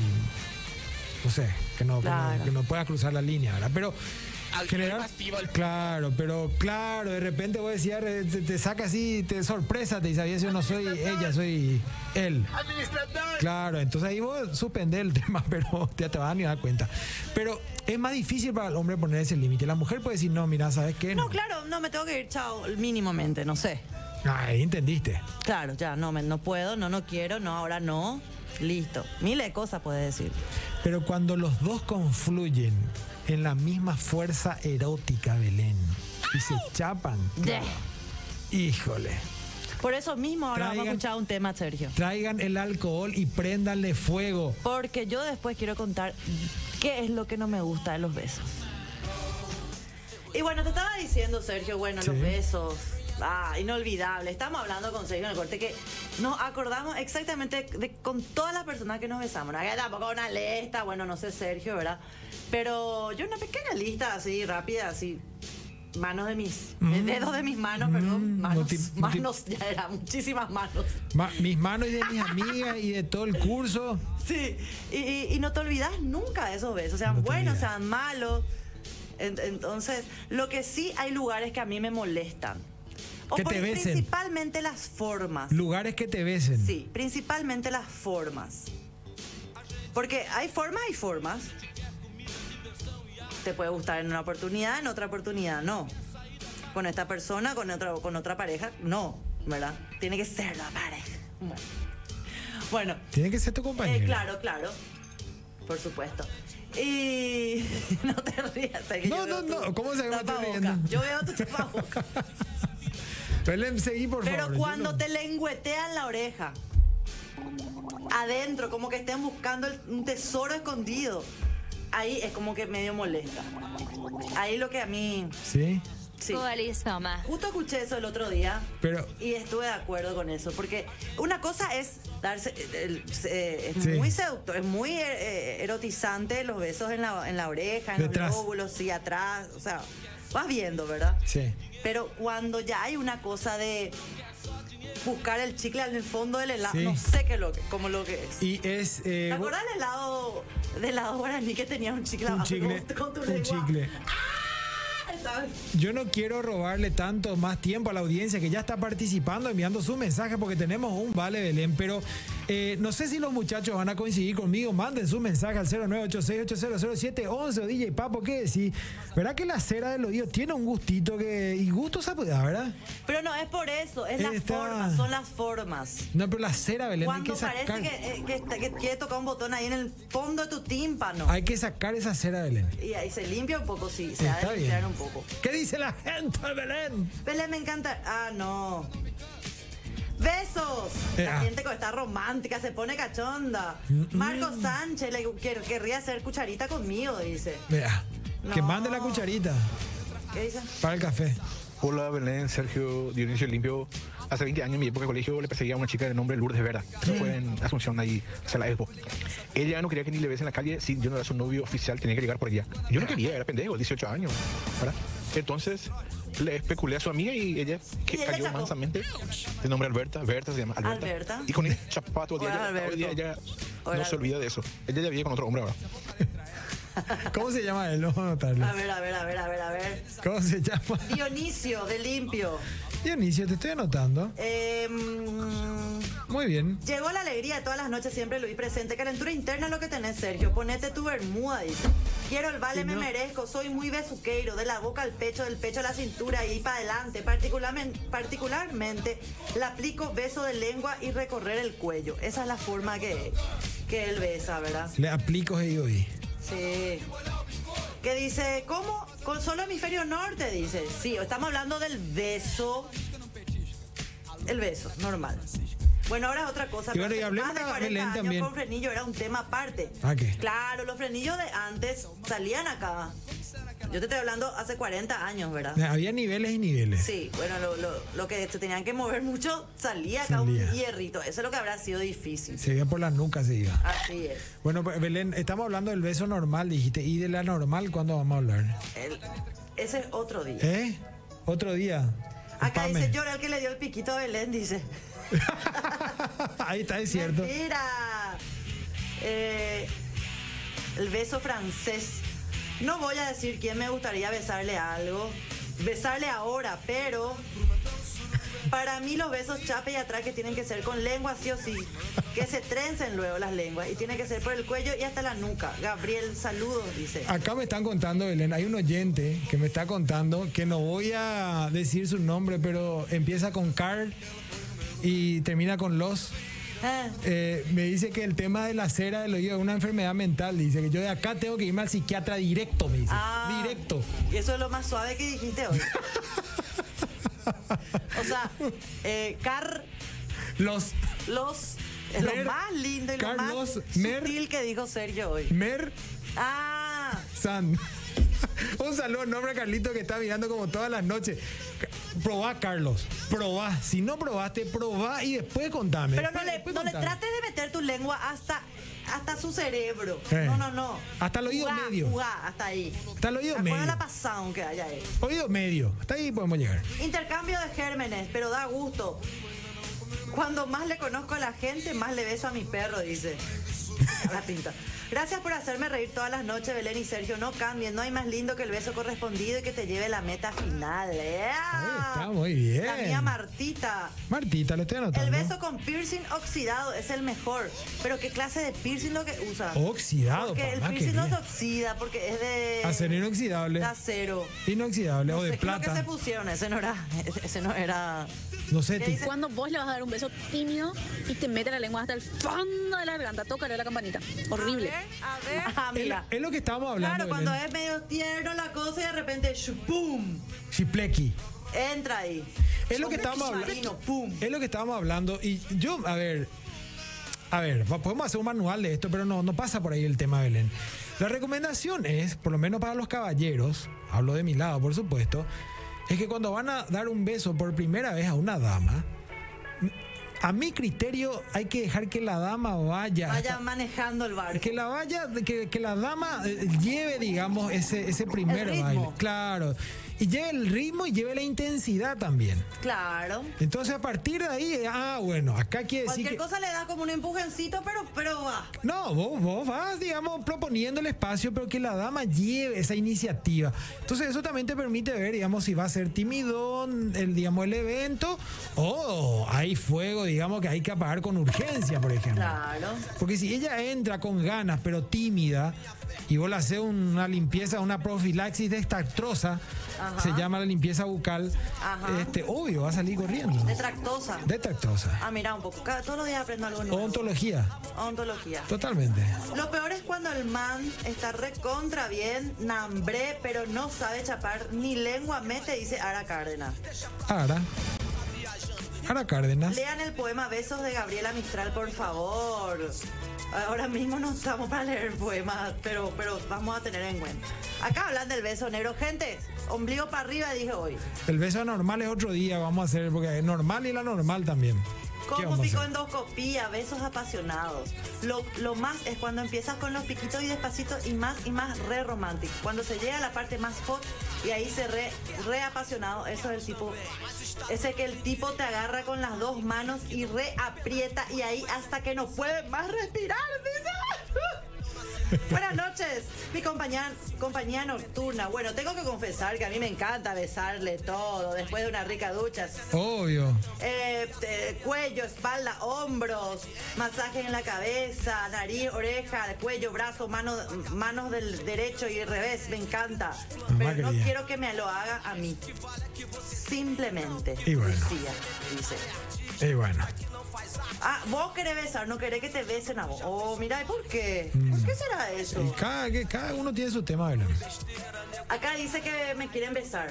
[SPEAKER 2] No sé, que no, que no- que
[SPEAKER 1] Claro.
[SPEAKER 2] no, pueda cruzar la línea, ¿verdad? Pero. general- claro, pero claro, de repente vos decías, eh, te, te saca así, te sorpresa, te dice, "Sabía, yo no soy ella, soy él. Claro, entonces ahí vos suspendés el tema, pero ya te vas a ni dar cuenta. Pero es más difícil para el hombre poner ese límite. La mujer puede decir, no, mira, ¿sabes qué?
[SPEAKER 1] No, claro, no, me tengo que ir, chao, mínimamente, no sé.
[SPEAKER 2] Ahí entendiste.
[SPEAKER 1] Claro, ya, no, me, no puedo, no, no quiero, no, ahora no. Listo. Miles de cosas puedes decir.
[SPEAKER 2] Pero cuando los dos confluyen en la misma fuerza erótica, Belén, y se chapan,
[SPEAKER 1] Ya.
[SPEAKER 2] híjole,
[SPEAKER 1] Por eso mismo ahora vamos a
[SPEAKER 2] Traigan-
[SPEAKER 1] escuchar un tema, Sergio.
[SPEAKER 2] traigan el alcohol y préndanle fuego.
[SPEAKER 1] Porque yo después quiero contar qué es lo que no me gusta de los besos. Y bueno, te estaba diciendo, Sergio, bueno,
[SPEAKER 2] Sí.
[SPEAKER 1] los besos. Ah, inolvidable. Estamos hablando con Sergio en el corte que nos acordamos exactamente de- con todas las personas que nos besamos. No había tampoco una lista, bueno, no sé, Sergio, ¿verdad? Pero yo una pequeña lista así, rápida, así. Manos de mis. de Dedos de mis manos, perdón.
[SPEAKER 2] Mm,
[SPEAKER 1] Manos.
[SPEAKER 2] multi- multi-
[SPEAKER 1] Manos, ya era, muchísimas manos.
[SPEAKER 2] Ma- mis manos y de mis amigas y de todo el curso.
[SPEAKER 1] Sí, y, y- y no te olvidas nunca de esos besos, sean
[SPEAKER 2] No te
[SPEAKER 1] buenos,
[SPEAKER 2] olvidas.
[SPEAKER 1] sean malos. En- entonces, lo que sí hay lugares que a mí me molestan. O
[SPEAKER 2] Que
[SPEAKER 1] por-
[SPEAKER 2] te besen.
[SPEAKER 1] principalmente las formas.
[SPEAKER 2] Lugares que te besen.
[SPEAKER 1] Sí, principalmente las formas. Porque hay formas y formas. Te puede gustar en una oportunidad, en otra oportunidad no. Con esta persona, con otra, con otra pareja, no, ¿verdad? Tiene que ser la pareja. Bueno. Bueno,
[SPEAKER 2] Tiene que ser tu compañero.
[SPEAKER 1] eh, claro, claro. Por supuesto. Y no te rías. Sergio,
[SPEAKER 2] No,
[SPEAKER 1] yo veo
[SPEAKER 2] no,
[SPEAKER 1] tu
[SPEAKER 2] no, ¿cómo se me estoy
[SPEAKER 1] tapaboca.
[SPEAKER 2] riendo?
[SPEAKER 1] Yo veo tu tapaboca.
[SPEAKER 2] Belén, seguí, por favor.
[SPEAKER 1] Pero
[SPEAKER 2] Yo
[SPEAKER 1] cuando
[SPEAKER 2] no-
[SPEAKER 1] te lengüetean la oreja, adentro, como que estén buscando el- un tesoro escondido, ahí es como que medio molesta. Ahí lo que a mí.
[SPEAKER 2] Sí.
[SPEAKER 1] Sí.
[SPEAKER 5] Coal y Soma.
[SPEAKER 1] Justo escuché eso el otro día.
[SPEAKER 2] Pero
[SPEAKER 1] Y estuve de acuerdo con eso, porque una cosa es darse, el- se- es
[SPEAKER 2] Sí.
[SPEAKER 1] muy seductor, es muy eh, erotizante los besos en la, en la oreja, en
[SPEAKER 2] Detrás.
[SPEAKER 1] los lóbulos, sí, atrás, o sea, vas viendo, ¿verdad?
[SPEAKER 2] Sí.
[SPEAKER 1] Pero cuando ya hay una cosa de buscar el chicle en el fondo del helado,
[SPEAKER 2] Sí.
[SPEAKER 1] no sé qué lo que, como lo que es.
[SPEAKER 2] Y es. eh,
[SPEAKER 1] ¿Te
[SPEAKER 2] vos-
[SPEAKER 1] acuerdas del helado, del helado guaraní que tenía un chicle
[SPEAKER 2] un
[SPEAKER 1] abajo
[SPEAKER 2] chicle.
[SPEAKER 1] con, con tu
[SPEAKER 2] un
[SPEAKER 1] lengua?
[SPEAKER 2] chicle.
[SPEAKER 1] ¿Sabes?
[SPEAKER 2] Yo no quiero robarle tanto más tiempo a la audiencia que ya está participando, enviando su mensaje, porque tenemos un Vale Belén, pero Eh, no sé si los muchachos van a coincidir conmigo. Manden su mensaje al 0986800711 o DJ Papo, ¿qué decís? ¿Verdad que la cera del oído tiene un gustito que. y gusto se puede, ¿verdad?
[SPEAKER 1] Pero no es por eso, es las
[SPEAKER 2] Está-
[SPEAKER 1] formas, son las formas.
[SPEAKER 2] No, pero la cera, Belén, hay
[SPEAKER 1] Cuando
[SPEAKER 2] que
[SPEAKER 1] parece
[SPEAKER 2] sacar.
[SPEAKER 1] que, eh, que está- que quiere tocar un botón ahí en el fondo de tu tímpano.
[SPEAKER 2] Hay que sacar esa cera, Belén.
[SPEAKER 1] Y ahí se limpia un poco, sí, se ha
[SPEAKER 2] Está
[SPEAKER 1] de
[SPEAKER 2] bien.
[SPEAKER 1] limpiar un poco.
[SPEAKER 2] ¿Qué dice la gente, Belén?
[SPEAKER 1] Belén, me encanta. Ah, no. Besos. La
[SPEAKER 2] Eh, ah.
[SPEAKER 1] gente que está romántica, se pone cachonda. Marco Sánchez le quer- querría hacer cucharita conmigo, dice.
[SPEAKER 2] Vea, que
[SPEAKER 1] No.
[SPEAKER 2] mande la cucharita
[SPEAKER 1] ¿Qué dice?
[SPEAKER 2] para el café.
[SPEAKER 5] Hola Belén, Sergio, Dionisio Limpio. Hace 20 años en mi época de colegio le perseguía a una chica de nombre Lourdes Vera. Eso fue en Asunción, ahí, hacia la Expo. Ella no quería que ni le besen en la calle si yo no era su novio oficial, tenía que llegar por allá. Yo no quería, era pendejo, 18 años. ¿verdad? Entonces le especulé a su amiga y ella que
[SPEAKER 1] Y ella
[SPEAKER 5] cayó
[SPEAKER 1] chapó.
[SPEAKER 5] mansamente. De nombre Alberta, Berta se llama Alberta.
[SPEAKER 1] Alberta.
[SPEAKER 5] Y con el chapato, hoy
[SPEAKER 1] Hola,
[SPEAKER 5] día, ella- hoy día
[SPEAKER 1] Alberto.
[SPEAKER 5] ella
[SPEAKER 1] Hola,
[SPEAKER 5] no se olvida de eso. Ella ya vive con otro hombre ahora.
[SPEAKER 2] ¿Cómo se llama él? No, vamos a anotarlo.
[SPEAKER 1] A ver, a ver, a ver, a ver, a ver.
[SPEAKER 2] ¿Cómo se llama?
[SPEAKER 1] Dionisio de limpio.
[SPEAKER 2] Dionisio, te estoy anotando.
[SPEAKER 1] Eh, mm,
[SPEAKER 2] Muy bien.
[SPEAKER 1] llegó la alegría de todas las noches, siempre lo vi presente. Calentura interna es lo que tenés, Sergio. Ponete tu bermuda, dice. Quiero el vale, me merezco. Soy muy besuqueiro, de la boca al pecho, del pecho a la cintura y para adelante. Particularmente, particularmente le aplico beso de lengua y recorrer el cuello. Esa es la forma que, que él besa, ¿verdad?
[SPEAKER 2] Le aplico hoy.
[SPEAKER 1] Sí. Que dice, ¿cómo? Con solo hemisferio norte, dice. Sí, estamos hablando del beso. El beso, normal. Bueno, ahora es otra cosa.
[SPEAKER 2] Y bueno,
[SPEAKER 1] pero hace
[SPEAKER 2] y hablemos
[SPEAKER 1] más de
[SPEAKER 2] de
[SPEAKER 1] 40
[SPEAKER 2] Belén
[SPEAKER 1] años
[SPEAKER 2] también.
[SPEAKER 1] con frenillo era un tema aparte.
[SPEAKER 2] Ah, ¿qué?
[SPEAKER 1] Claro, los frenillos de antes salían acá. Yo te estoy hablando hace 40 años, ¿verdad?
[SPEAKER 2] Había niveles y niveles.
[SPEAKER 1] Sí, bueno, lo, lo- lo que se tenían que mover mucho salía acá
[SPEAKER 2] Salía.
[SPEAKER 1] un hierrito. Eso es lo que habrá sido difícil.
[SPEAKER 2] Se veía por la nuca, se iba.
[SPEAKER 1] Así es.
[SPEAKER 2] Bueno, pues, Belén, estamos hablando del beso normal, dijiste. ¿Y de la normal cuándo vamos a hablar?
[SPEAKER 1] El- ese es otro día.
[SPEAKER 2] ¿Eh? Otro día.
[SPEAKER 1] Acá
[SPEAKER 2] Pame.
[SPEAKER 1] dice llora el que le dio el piquito a Belén, dice.
[SPEAKER 2] Ahí está, es cierto.
[SPEAKER 1] Mentira. Eh, el beso francés. No voy a decir quién me gustaría besarle algo. Besarle ahora, pero. Para mí los besos chape y atrás que tienen que ser con lengua sí o sí. Que se trencen luego las lenguas. Y tiene que ser por el cuello y hasta la nuca. Gabriel, saludos, dice.
[SPEAKER 2] Acá me están contando, Belén, hay un oyente que me está contando que no voy a decir su nombre, pero empieza con Carl y termina con Los.
[SPEAKER 1] Ah,
[SPEAKER 2] Eh, me dice que el tema de la cera del oído es una enfermedad mental. Dice que yo de acá tengo que irme al psiquiatra directo, me dice.
[SPEAKER 1] Ah.
[SPEAKER 2] Directo.
[SPEAKER 1] Y eso es lo más suave que dijiste hoy. o sea, eh, Car
[SPEAKER 2] Los
[SPEAKER 1] Los es lo
[SPEAKER 2] Mer-
[SPEAKER 1] más lindo y
[SPEAKER 2] Carlos
[SPEAKER 1] lo más
[SPEAKER 2] Mer-
[SPEAKER 1] sutil que dijo Sergio hoy.
[SPEAKER 2] Mer
[SPEAKER 1] Ah,
[SPEAKER 2] San. Un saludo en nombre a Carlito que está mirando como todas las noches. Ca- Probá, Carlos. Probá. Si no probaste, probá y después contame.
[SPEAKER 1] pero no
[SPEAKER 2] Después-
[SPEAKER 1] le,
[SPEAKER 2] después
[SPEAKER 1] no le
[SPEAKER 2] contame.
[SPEAKER 1] trates de meter tu lengua hasta hasta su cerebro.
[SPEAKER 2] Eh.
[SPEAKER 1] No, no, no.
[SPEAKER 2] Hasta el oído
[SPEAKER 1] Jugá,
[SPEAKER 2] medio.
[SPEAKER 1] jugá, hasta ahí.
[SPEAKER 2] Hasta el oído
[SPEAKER 1] Acuérdate
[SPEAKER 2] medio.
[SPEAKER 1] la pasada que haya ahí.
[SPEAKER 2] Oído medio. Hasta ahí podemos llegar.
[SPEAKER 1] Intercambio de gérmenes, pero da gusto. Cuando más le conozco a la gente, más le beso a mi perro, dice. A La pinta. Gracias por hacerme reír todas las noches, Belén y Sergio. No cambien, no hay más lindo que el beso correspondido y que te lleve a la meta final. ¡Ea!
[SPEAKER 2] Ahí está, muy bien.
[SPEAKER 1] La mía Martita.
[SPEAKER 2] Martita, le estoy anotando.
[SPEAKER 1] El beso con piercing oxidado es el mejor. Pero ¿qué clase de piercing lo que usa?
[SPEAKER 2] Oxidado,
[SPEAKER 1] Porque el
[SPEAKER 2] papá,
[SPEAKER 1] piercing no se
[SPEAKER 2] quería.
[SPEAKER 1] oxida, porque es de...
[SPEAKER 2] Acero inoxidable.
[SPEAKER 1] De acero.
[SPEAKER 2] Inoxidable
[SPEAKER 1] No
[SPEAKER 2] o de
[SPEAKER 1] sé qué es lo que se
[SPEAKER 2] plata.
[SPEAKER 1] pusieron, ese no era... Ese no era...
[SPEAKER 2] No sé,
[SPEAKER 1] ¿Qué
[SPEAKER 2] ti-
[SPEAKER 1] dice?
[SPEAKER 6] Cuando vos le vas a dar un beso tímido y te mete la lengua hasta el fondo de la garganta, tócale la campanita. Horrible.
[SPEAKER 1] A ver, Ah,
[SPEAKER 2] Es,
[SPEAKER 1] mira.
[SPEAKER 2] es lo que estábamos hablando.
[SPEAKER 1] Claro, cuando
[SPEAKER 2] Belén.
[SPEAKER 1] es medio tierno la cosa y de repente, shu- ¡pum!
[SPEAKER 2] Chiplequi.
[SPEAKER 1] Entra ahí.
[SPEAKER 2] Es lo que estábamos hablando.
[SPEAKER 1] Submarino, ¡Pum!
[SPEAKER 2] Es lo que estábamos hablando. Y yo, a ver. A ver, va- podemos hacer un manual de esto, pero no, no pasa por ahí el tema, Belén. La recomendación es, por lo menos para los caballeros, hablo de mi lado, por supuesto, es que cuando van a dar un beso por primera vez a una dama, a mi criterio hay que dejar que la dama vaya.
[SPEAKER 1] Vaya manejando el barco.
[SPEAKER 2] Que la vaya, que, que la dama eh, lleve, digamos, ese, ese primer
[SPEAKER 1] El ritmo.
[SPEAKER 2] baile. Claro. y lleve el ritmo y lleve la intensidad también.
[SPEAKER 1] Claro.
[SPEAKER 2] Entonces a partir de ahí, ah, bueno, acá quiere decir
[SPEAKER 1] Cualquier
[SPEAKER 2] que...
[SPEAKER 1] cosa le das como un empujoncito, pero, pero va.
[SPEAKER 2] No, vos, vos vas, digamos, proponiendo el espacio, pero que la dama lleve esa iniciativa. Entonces eso también te permite ver, digamos, si va a ser timidón, el, digamos, el evento, o hay fuego, digamos, que hay que apagar con urgencia, por ejemplo.
[SPEAKER 1] Claro.
[SPEAKER 2] Porque si ella entra con ganas, pero tímida, y vos le haces una limpieza, una profilaxis de estartrosa,
[SPEAKER 1] Ajá.
[SPEAKER 2] se llama la limpieza bucal,
[SPEAKER 1] Ajá.
[SPEAKER 2] este, obvio, va a salir corriendo.
[SPEAKER 1] De tractosa.
[SPEAKER 2] De estartrosa.
[SPEAKER 1] Ah, mira un poco. Cada- Todos los días aprendo algo nuevo.
[SPEAKER 2] Ontología,
[SPEAKER 1] Ontología.
[SPEAKER 2] totalmente.
[SPEAKER 1] Lo peor es cuando el man está recontra bien, nambré, pero no sabe chapar ni lengua mete, dice Ara Cárdenas.
[SPEAKER 2] Ahora, ahora Cárdenas.
[SPEAKER 1] Lean el poema Besos de Gabriela Mistral, por favor. Ahora mismo no estamos para leer poemas, pero, pero vamos a tener en cuenta. Acá hablan del beso negro. Gente, ombligo para arriba, dije hoy.
[SPEAKER 2] El beso normal es otro día, vamos a hacer, porque es normal y la normal también. ¿Qué
[SPEAKER 1] Como
[SPEAKER 2] vamos a
[SPEAKER 1] pico
[SPEAKER 2] hacer?
[SPEAKER 1] endoscopía, besos apasionados. Lo, lo más es cuando empiezas con los piquitos y despacito y más y más re romántico. Cuando se llega a la parte más hot y ahí se re, re apasionado, eso es el tipo, ese que el tipo te agarra con las dos manos y re aprieta y ahí hasta que no puede más respirar, dice. Buenas noches, mi compañía, compañía nocturna. Bueno, tengo que confesar que a mí me encanta besarle todo después de una rica ducha.
[SPEAKER 2] Obvio.
[SPEAKER 1] Eh, eh, cuello, espalda, hombros, masaje en la cabeza, nariz, oreja, cuello, brazo, mano, manos del derecho y revés, me encanta. Pero no
[SPEAKER 2] querida.
[SPEAKER 1] quiero que me lo haga a mí. Simplemente.
[SPEAKER 2] Y bueno.
[SPEAKER 1] Lucía, dice.
[SPEAKER 2] Y bueno,
[SPEAKER 1] Ah, vos querés besar, no querés que te besen a vos. Oh, mira, ¿y por qué?
[SPEAKER 2] Mm.
[SPEAKER 1] ¿Por qué será eso?
[SPEAKER 2] y cada, que cada uno tiene su tema, Belén.
[SPEAKER 1] Acá dice que me quieren besar.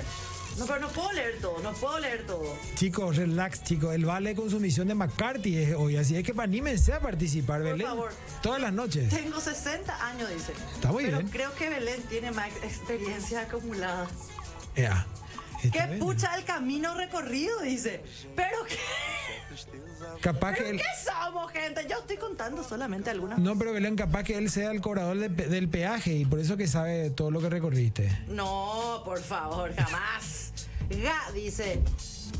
[SPEAKER 1] No, pero no puedo leer todo, no puedo leer todo.
[SPEAKER 2] Chicos, relax, chicos. El vale con su misión de McCarthy es hoy, así es que anímense a participar,
[SPEAKER 1] Por
[SPEAKER 2] Belén.
[SPEAKER 1] favor.
[SPEAKER 2] Todas las noches.
[SPEAKER 1] Tengo 60 años, dice.
[SPEAKER 2] Está muy
[SPEAKER 1] Pero
[SPEAKER 2] bien.
[SPEAKER 1] creo que Belén tiene más experiencia acumulada.
[SPEAKER 2] Ya.
[SPEAKER 1] ¡Qué
[SPEAKER 2] Está bien.
[SPEAKER 1] pucha el camino recorrido! Dice. ¿Pero qué,
[SPEAKER 2] Capaz
[SPEAKER 1] ¿pero
[SPEAKER 2] que él.
[SPEAKER 1] qué somos, gente? Yo estoy contando solamente algunas. No.
[SPEAKER 2] No, pero Belén, capaz que él sea el cobrador de pe- del peaje y por eso que sabe todo lo que recorriste.
[SPEAKER 1] por favor, jamás. Ga dice.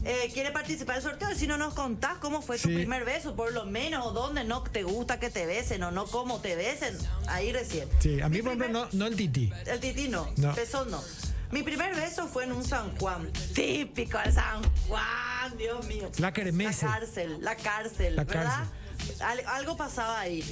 [SPEAKER 1] eh, ¿Quiere participar del sorteo? Y si no nos contás cómo fue tu
[SPEAKER 2] Sí.
[SPEAKER 1] primer beso, por lo menos, o dónde no te gusta que te besen, o no cómo te besen, ahí recién.
[SPEAKER 2] Sí, a mí,
[SPEAKER 1] Mi
[SPEAKER 2] por ejemplo,
[SPEAKER 1] primer-
[SPEAKER 2] no, no el tití.
[SPEAKER 1] El titino,
[SPEAKER 2] No.
[SPEAKER 1] pezón no. Mi primer beso fue en un San Juan. Típico el San Juan, Dios mío.
[SPEAKER 2] La kermesse.
[SPEAKER 1] La cárcel, la cárcel,
[SPEAKER 2] La
[SPEAKER 1] ¿verdad? Al- algo pasaba ahí.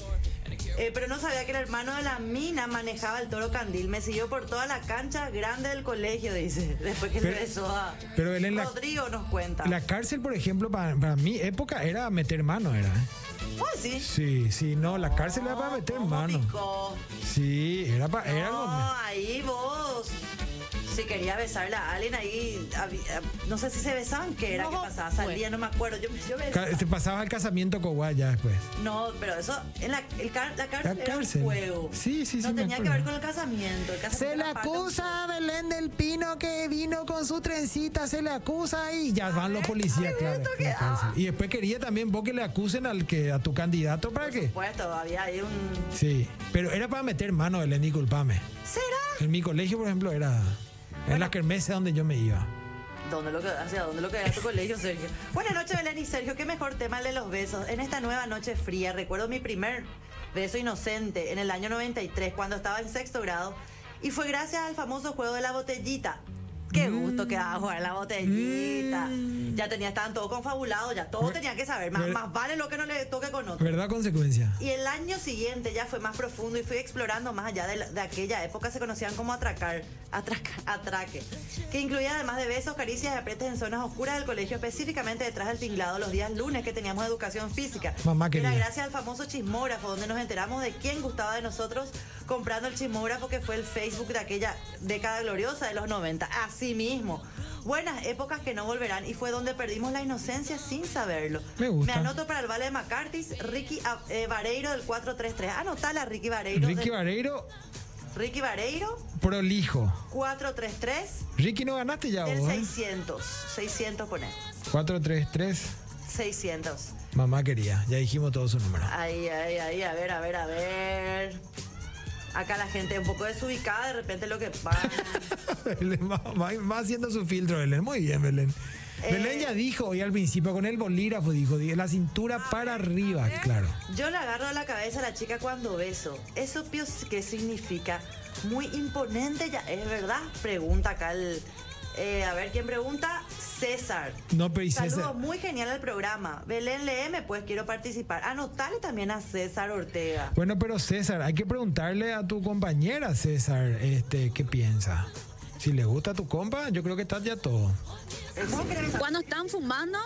[SPEAKER 1] Eh, pero no sabía que el hermano de la mina manejaba el toro candil. Me siguió por toda la cancha grande del colegio, dice. Después que
[SPEAKER 2] Pero-
[SPEAKER 1] le besó a
[SPEAKER 2] pero Belén, la-
[SPEAKER 1] Rodrigo nos cuenta.
[SPEAKER 2] La cárcel, por ejemplo, para, para mi época era meter mano, era. ¿eh?
[SPEAKER 1] Pues sí.
[SPEAKER 2] Sí, sí, no, la cárcel era para meter
[SPEAKER 1] ¿Cómo
[SPEAKER 2] mano.
[SPEAKER 1] picó?
[SPEAKER 2] Sí, era para. Era
[SPEAKER 1] No,
[SPEAKER 2] algo-
[SPEAKER 1] ahí vos. Si quería besarla a alguien ahí, había- no sé si se besaban, qué era, qué pasaba, salía, no me acuerdo. Yo, yo me-
[SPEAKER 2] Ca- Te pasabas al casamiento Coway ya después.
[SPEAKER 1] No, pero eso, en la, el car- la cárcel,
[SPEAKER 2] La
[SPEAKER 1] era
[SPEAKER 2] cárcel.
[SPEAKER 1] un juego.
[SPEAKER 2] Sí, sí, sí,
[SPEAKER 1] No
[SPEAKER 2] me
[SPEAKER 1] tenía que ver
[SPEAKER 2] acuerdo.
[SPEAKER 1] con el casamiento. el casamiento
[SPEAKER 2] Se le
[SPEAKER 1] era parte de un
[SPEAKER 2] acusa a Belén del Pino que vino con su trencita, se le acusa y ya van los policías,
[SPEAKER 1] ay,
[SPEAKER 2] claro.
[SPEAKER 1] esto Ah.
[SPEAKER 2] a la
[SPEAKER 1] que-
[SPEAKER 2] cárcel. Y después quería también vos que le acusen al que a tu candidato para qué.
[SPEAKER 1] supuesto, había ahí un.
[SPEAKER 2] Sí, pero era para meter mano, Belén, disculpame.
[SPEAKER 1] ¿Será?
[SPEAKER 2] En mi colegio, por ejemplo, era en la kermesa donde yo me iba.
[SPEAKER 1] ¿Dónde lo que, ¿Hacia dónde lo que tu colegio, Sergio? Buenas noches, Belén y Sergio. Qué mejor tema el de los besos. En esta nueva noche fría, recuerdo mi primer beso inocente en el año 93, cuando estaba en sexto grado. Y fue gracias al famoso juego de la botellita. Qué gusto que daba jugar la botellita. Ya tenía, estaban todos confabulados, ya todos tenían que saber. Más,
[SPEAKER 2] ver-
[SPEAKER 1] más vale lo que no le toque con otro.
[SPEAKER 2] ¿Verdad consecuencia?
[SPEAKER 1] Y el año siguiente ya fue más profundo y fui explorando más allá de, la- de aquella época. Se conocían como atracar, atraca- atraque, que incluía además de besos, caricias y apretes en zonas oscuras del colegio, específicamente detrás del tinglado los días lunes que teníamos educación física.
[SPEAKER 2] Mamá
[SPEAKER 1] Que Era
[SPEAKER 2] querida.
[SPEAKER 1] gracias al famoso chismógrafo, donde nos enteramos de quién gustaba de nosotros comprando el chismógrafo que fue el Facebook de aquella década gloriosa de los 90. Así mismo. Buenas épocas que no volverán y fue donde perdimos la inocencia sin saberlo.
[SPEAKER 2] Me gusta.
[SPEAKER 1] anoto para el Vale de McCarthy, Ricky ah, eh, Vareiro del 433. Anotala, Ricky Vareiro.
[SPEAKER 2] Ricky
[SPEAKER 1] del-
[SPEAKER 2] Vareiro,
[SPEAKER 1] Ricky Vareiro,
[SPEAKER 2] prolijo.
[SPEAKER 1] 433
[SPEAKER 2] Ricky, no ganaste ya
[SPEAKER 1] del
[SPEAKER 2] vos. ¿eh?
[SPEAKER 1] 600. 600 poner.
[SPEAKER 2] 4-3-3.
[SPEAKER 1] 600.
[SPEAKER 2] Mamá quería, ya dijimos todo su número.
[SPEAKER 1] Ay, ay, ay, a ver, a ver, a ver. Acá la gente un poco desubicada, de repente lo que pasa.
[SPEAKER 2] Belén va, va- va haciendo su filtro, Belén. Muy bien, Belén. Belén ya dijo hoy al principio con el bolígrafo, dijo, di- la cintura para arriba, claro.
[SPEAKER 1] Yo le agarro la cabeza a la chica cuando beso. ¿Eso pio- qué significa? Muy imponente ya, ¿es verdad? Pregunta acá el... eh, a ver, ¿quién pregunta? César.
[SPEAKER 2] No, pero y
[SPEAKER 1] Saludo
[SPEAKER 2] César.
[SPEAKER 1] muy genial al programa. Belén, léeme, pues quiero participar. Anotale también a César Ortega.
[SPEAKER 2] Bueno, pero César, hay que preguntarle a tu compañera, César, este, ¿qué piensa? Si le gusta a tu compa, yo creo que está ya todo.
[SPEAKER 6] Cuando están fumando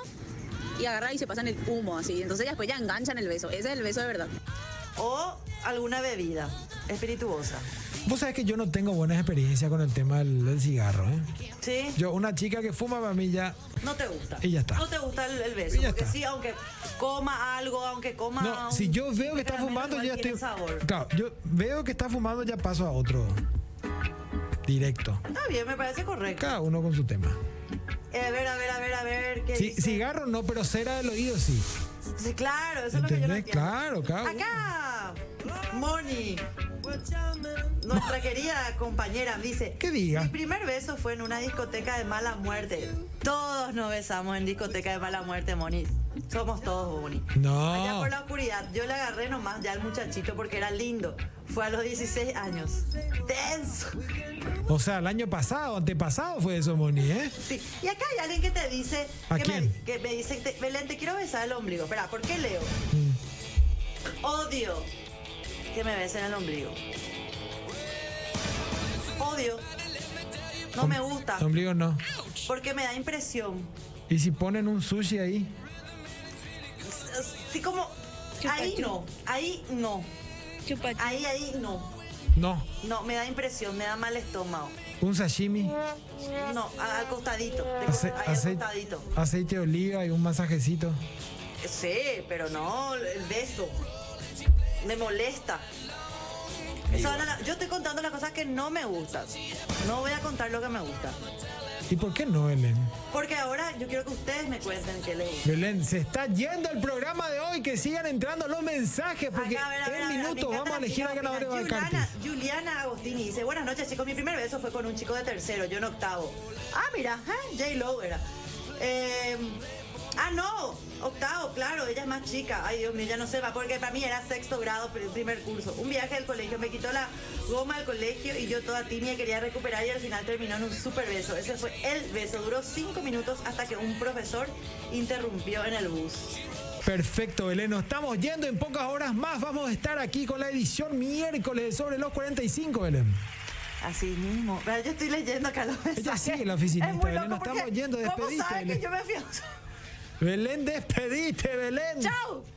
[SPEAKER 6] y agarran y se pasan el humo así. Entonces ya después ya enganchan el beso. Ese es el beso de verdad.
[SPEAKER 1] O alguna bebida espirituosa.
[SPEAKER 2] Vos sabés que yo no tengo buenas experiencias con el tema del, del cigarro, ¿eh?
[SPEAKER 1] ¿Sí?
[SPEAKER 2] Yo, una chica que fuma para mí ya...
[SPEAKER 1] No te gusta.
[SPEAKER 2] Y ya está.
[SPEAKER 1] No te gusta el, el beso.
[SPEAKER 2] Y ya
[SPEAKER 1] Porque
[SPEAKER 2] está.
[SPEAKER 1] sí, aunque coma algo, aunque coma.
[SPEAKER 2] No,
[SPEAKER 1] un
[SPEAKER 2] si yo veo que está
[SPEAKER 1] caramelo,
[SPEAKER 2] fumando,
[SPEAKER 1] igual
[SPEAKER 2] ya
[SPEAKER 1] tiene
[SPEAKER 2] estoy...
[SPEAKER 1] sabor.
[SPEAKER 2] Claro, yo veo que está fumando, ya paso a otro. Directo.
[SPEAKER 1] Está bien, me parece correcto.
[SPEAKER 2] Cada uno con su tema.
[SPEAKER 1] Eh, a ver, a ver, a ver, a ver. ¿qué
[SPEAKER 2] Sí,
[SPEAKER 1] dice?
[SPEAKER 2] cigarro no, pero cera del oído sí.
[SPEAKER 1] Sí, claro, eso es lo
[SPEAKER 2] ¿Entendés?
[SPEAKER 1] que yo no
[SPEAKER 2] Claro, cada uno.
[SPEAKER 1] Acá, Moni, nuestra querida compañera, dice:
[SPEAKER 2] ¿Qué diga?
[SPEAKER 1] Mi primer beso fue en una discoteca de mala muerte. Todos nos besamos en discoteca de mala muerte, Moni. Somos todos, Moni.
[SPEAKER 2] No.
[SPEAKER 1] Allá por la oscuridad, yo le agarré nomás ya al muchachito porque era lindo. Fue a los 16 años. Tenso.
[SPEAKER 2] O sea, el año pasado, antepasado fue eso, Moni, ¿eh?
[SPEAKER 1] Sí. Y acá hay alguien que te dice.
[SPEAKER 2] ¿A
[SPEAKER 1] que,
[SPEAKER 2] quién?
[SPEAKER 1] Me, que me dice: te- Belén, te quiero besar el ombligo. Espera, ¿por qué leo?
[SPEAKER 2] Mm.
[SPEAKER 1] Odio que me besen el ombligo. Odio. No me gusta.
[SPEAKER 2] Ombligo no.
[SPEAKER 1] Porque me da impresión.
[SPEAKER 2] ¿Y si ponen un sushi ahí?
[SPEAKER 1] Así como. Ahí no. Ahí no. Ahí, ahí no.
[SPEAKER 2] No.
[SPEAKER 1] No, me da impresión, me da mal estómago.
[SPEAKER 2] Un sashimi,
[SPEAKER 1] No, a- al costadito. de co-
[SPEAKER 2] ace-
[SPEAKER 1] ahí al
[SPEAKER 2] ace-
[SPEAKER 1] costadito.
[SPEAKER 2] aceite de oliva y un masajecito.
[SPEAKER 1] Sí, pero no, el beso. Me molesta. Eso era la- yo estoy contando las cosas que no me gustan. No voy a contar lo que me gusta.
[SPEAKER 2] ¿Y por qué no, Belén?
[SPEAKER 1] Porque ahora yo quiero que ustedes me cuenten qué les gusta.
[SPEAKER 2] Belén, se está yendo el programa de hoy. Que sigan entrando los mensajes porque
[SPEAKER 1] Acá, Ah, a ver, a ver, a
[SPEAKER 2] en
[SPEAKER 1] ver, me
[SPEAKER 2] minutos
[SPEAKER 1] encanta
[SPEAKER 2] vamos a
[SPEAKER 1] la
[SPEAKER 2] elegir
[SPEAKER 1] chica
[SPEAKER 2] al ganador de
[SPEAKER 1] opina.
[SPEAKER 2] Valcartis.
[SPEAKER 1] Juliana, Juliana Agostini dice, buenas noches chicos, mi primer beso fue con un chico de tercero, yo en octavo. Ah, mira, ¿eh? J. Lo era. Eh, ah, no, octavo, claro, ella es más chica. Ay, Dios mío, ya no sé, va, porque para mí era sexto grado, pr- primer curso. Un viaje del colegio, me quitó la goma del colegio y yo toda tinia quería recuperar y al final terminó en un super beso. Ese fue el beso, duró cinco minutos hasta que un profesor interrumpió en el bus.
[SPEAKER 2] Perfecto, Belén. Nos estamos yendo en pocas horas más. Vamos a estar aquí con la edición miércoles de sobre los 45, Belén.
[SPEAKER 1] Así mismo. Pero yo estoy leyendo acá los mensajes.
[SPEAKER 2] sigue la oficinista,
[SPEAKER 1] Es muy
[SPEAKER 2] Belén,
[SPEAKER 1] loco
[SPEAKER 2] nos estamos
[SPEAKER 1] porque
[SPEAKER 2] yendo,
[SPEAKER 1] ¿Cómo
[SPEAKER 2] despedite,
[SPEAKER 1] sabe
[SPEAKER 2] Belén.
[SPEAKER 1] que yo me fui a-
[SPEAKER 2] Belén, despedite, Belén.
[SPEAKER 1] ¡Chao!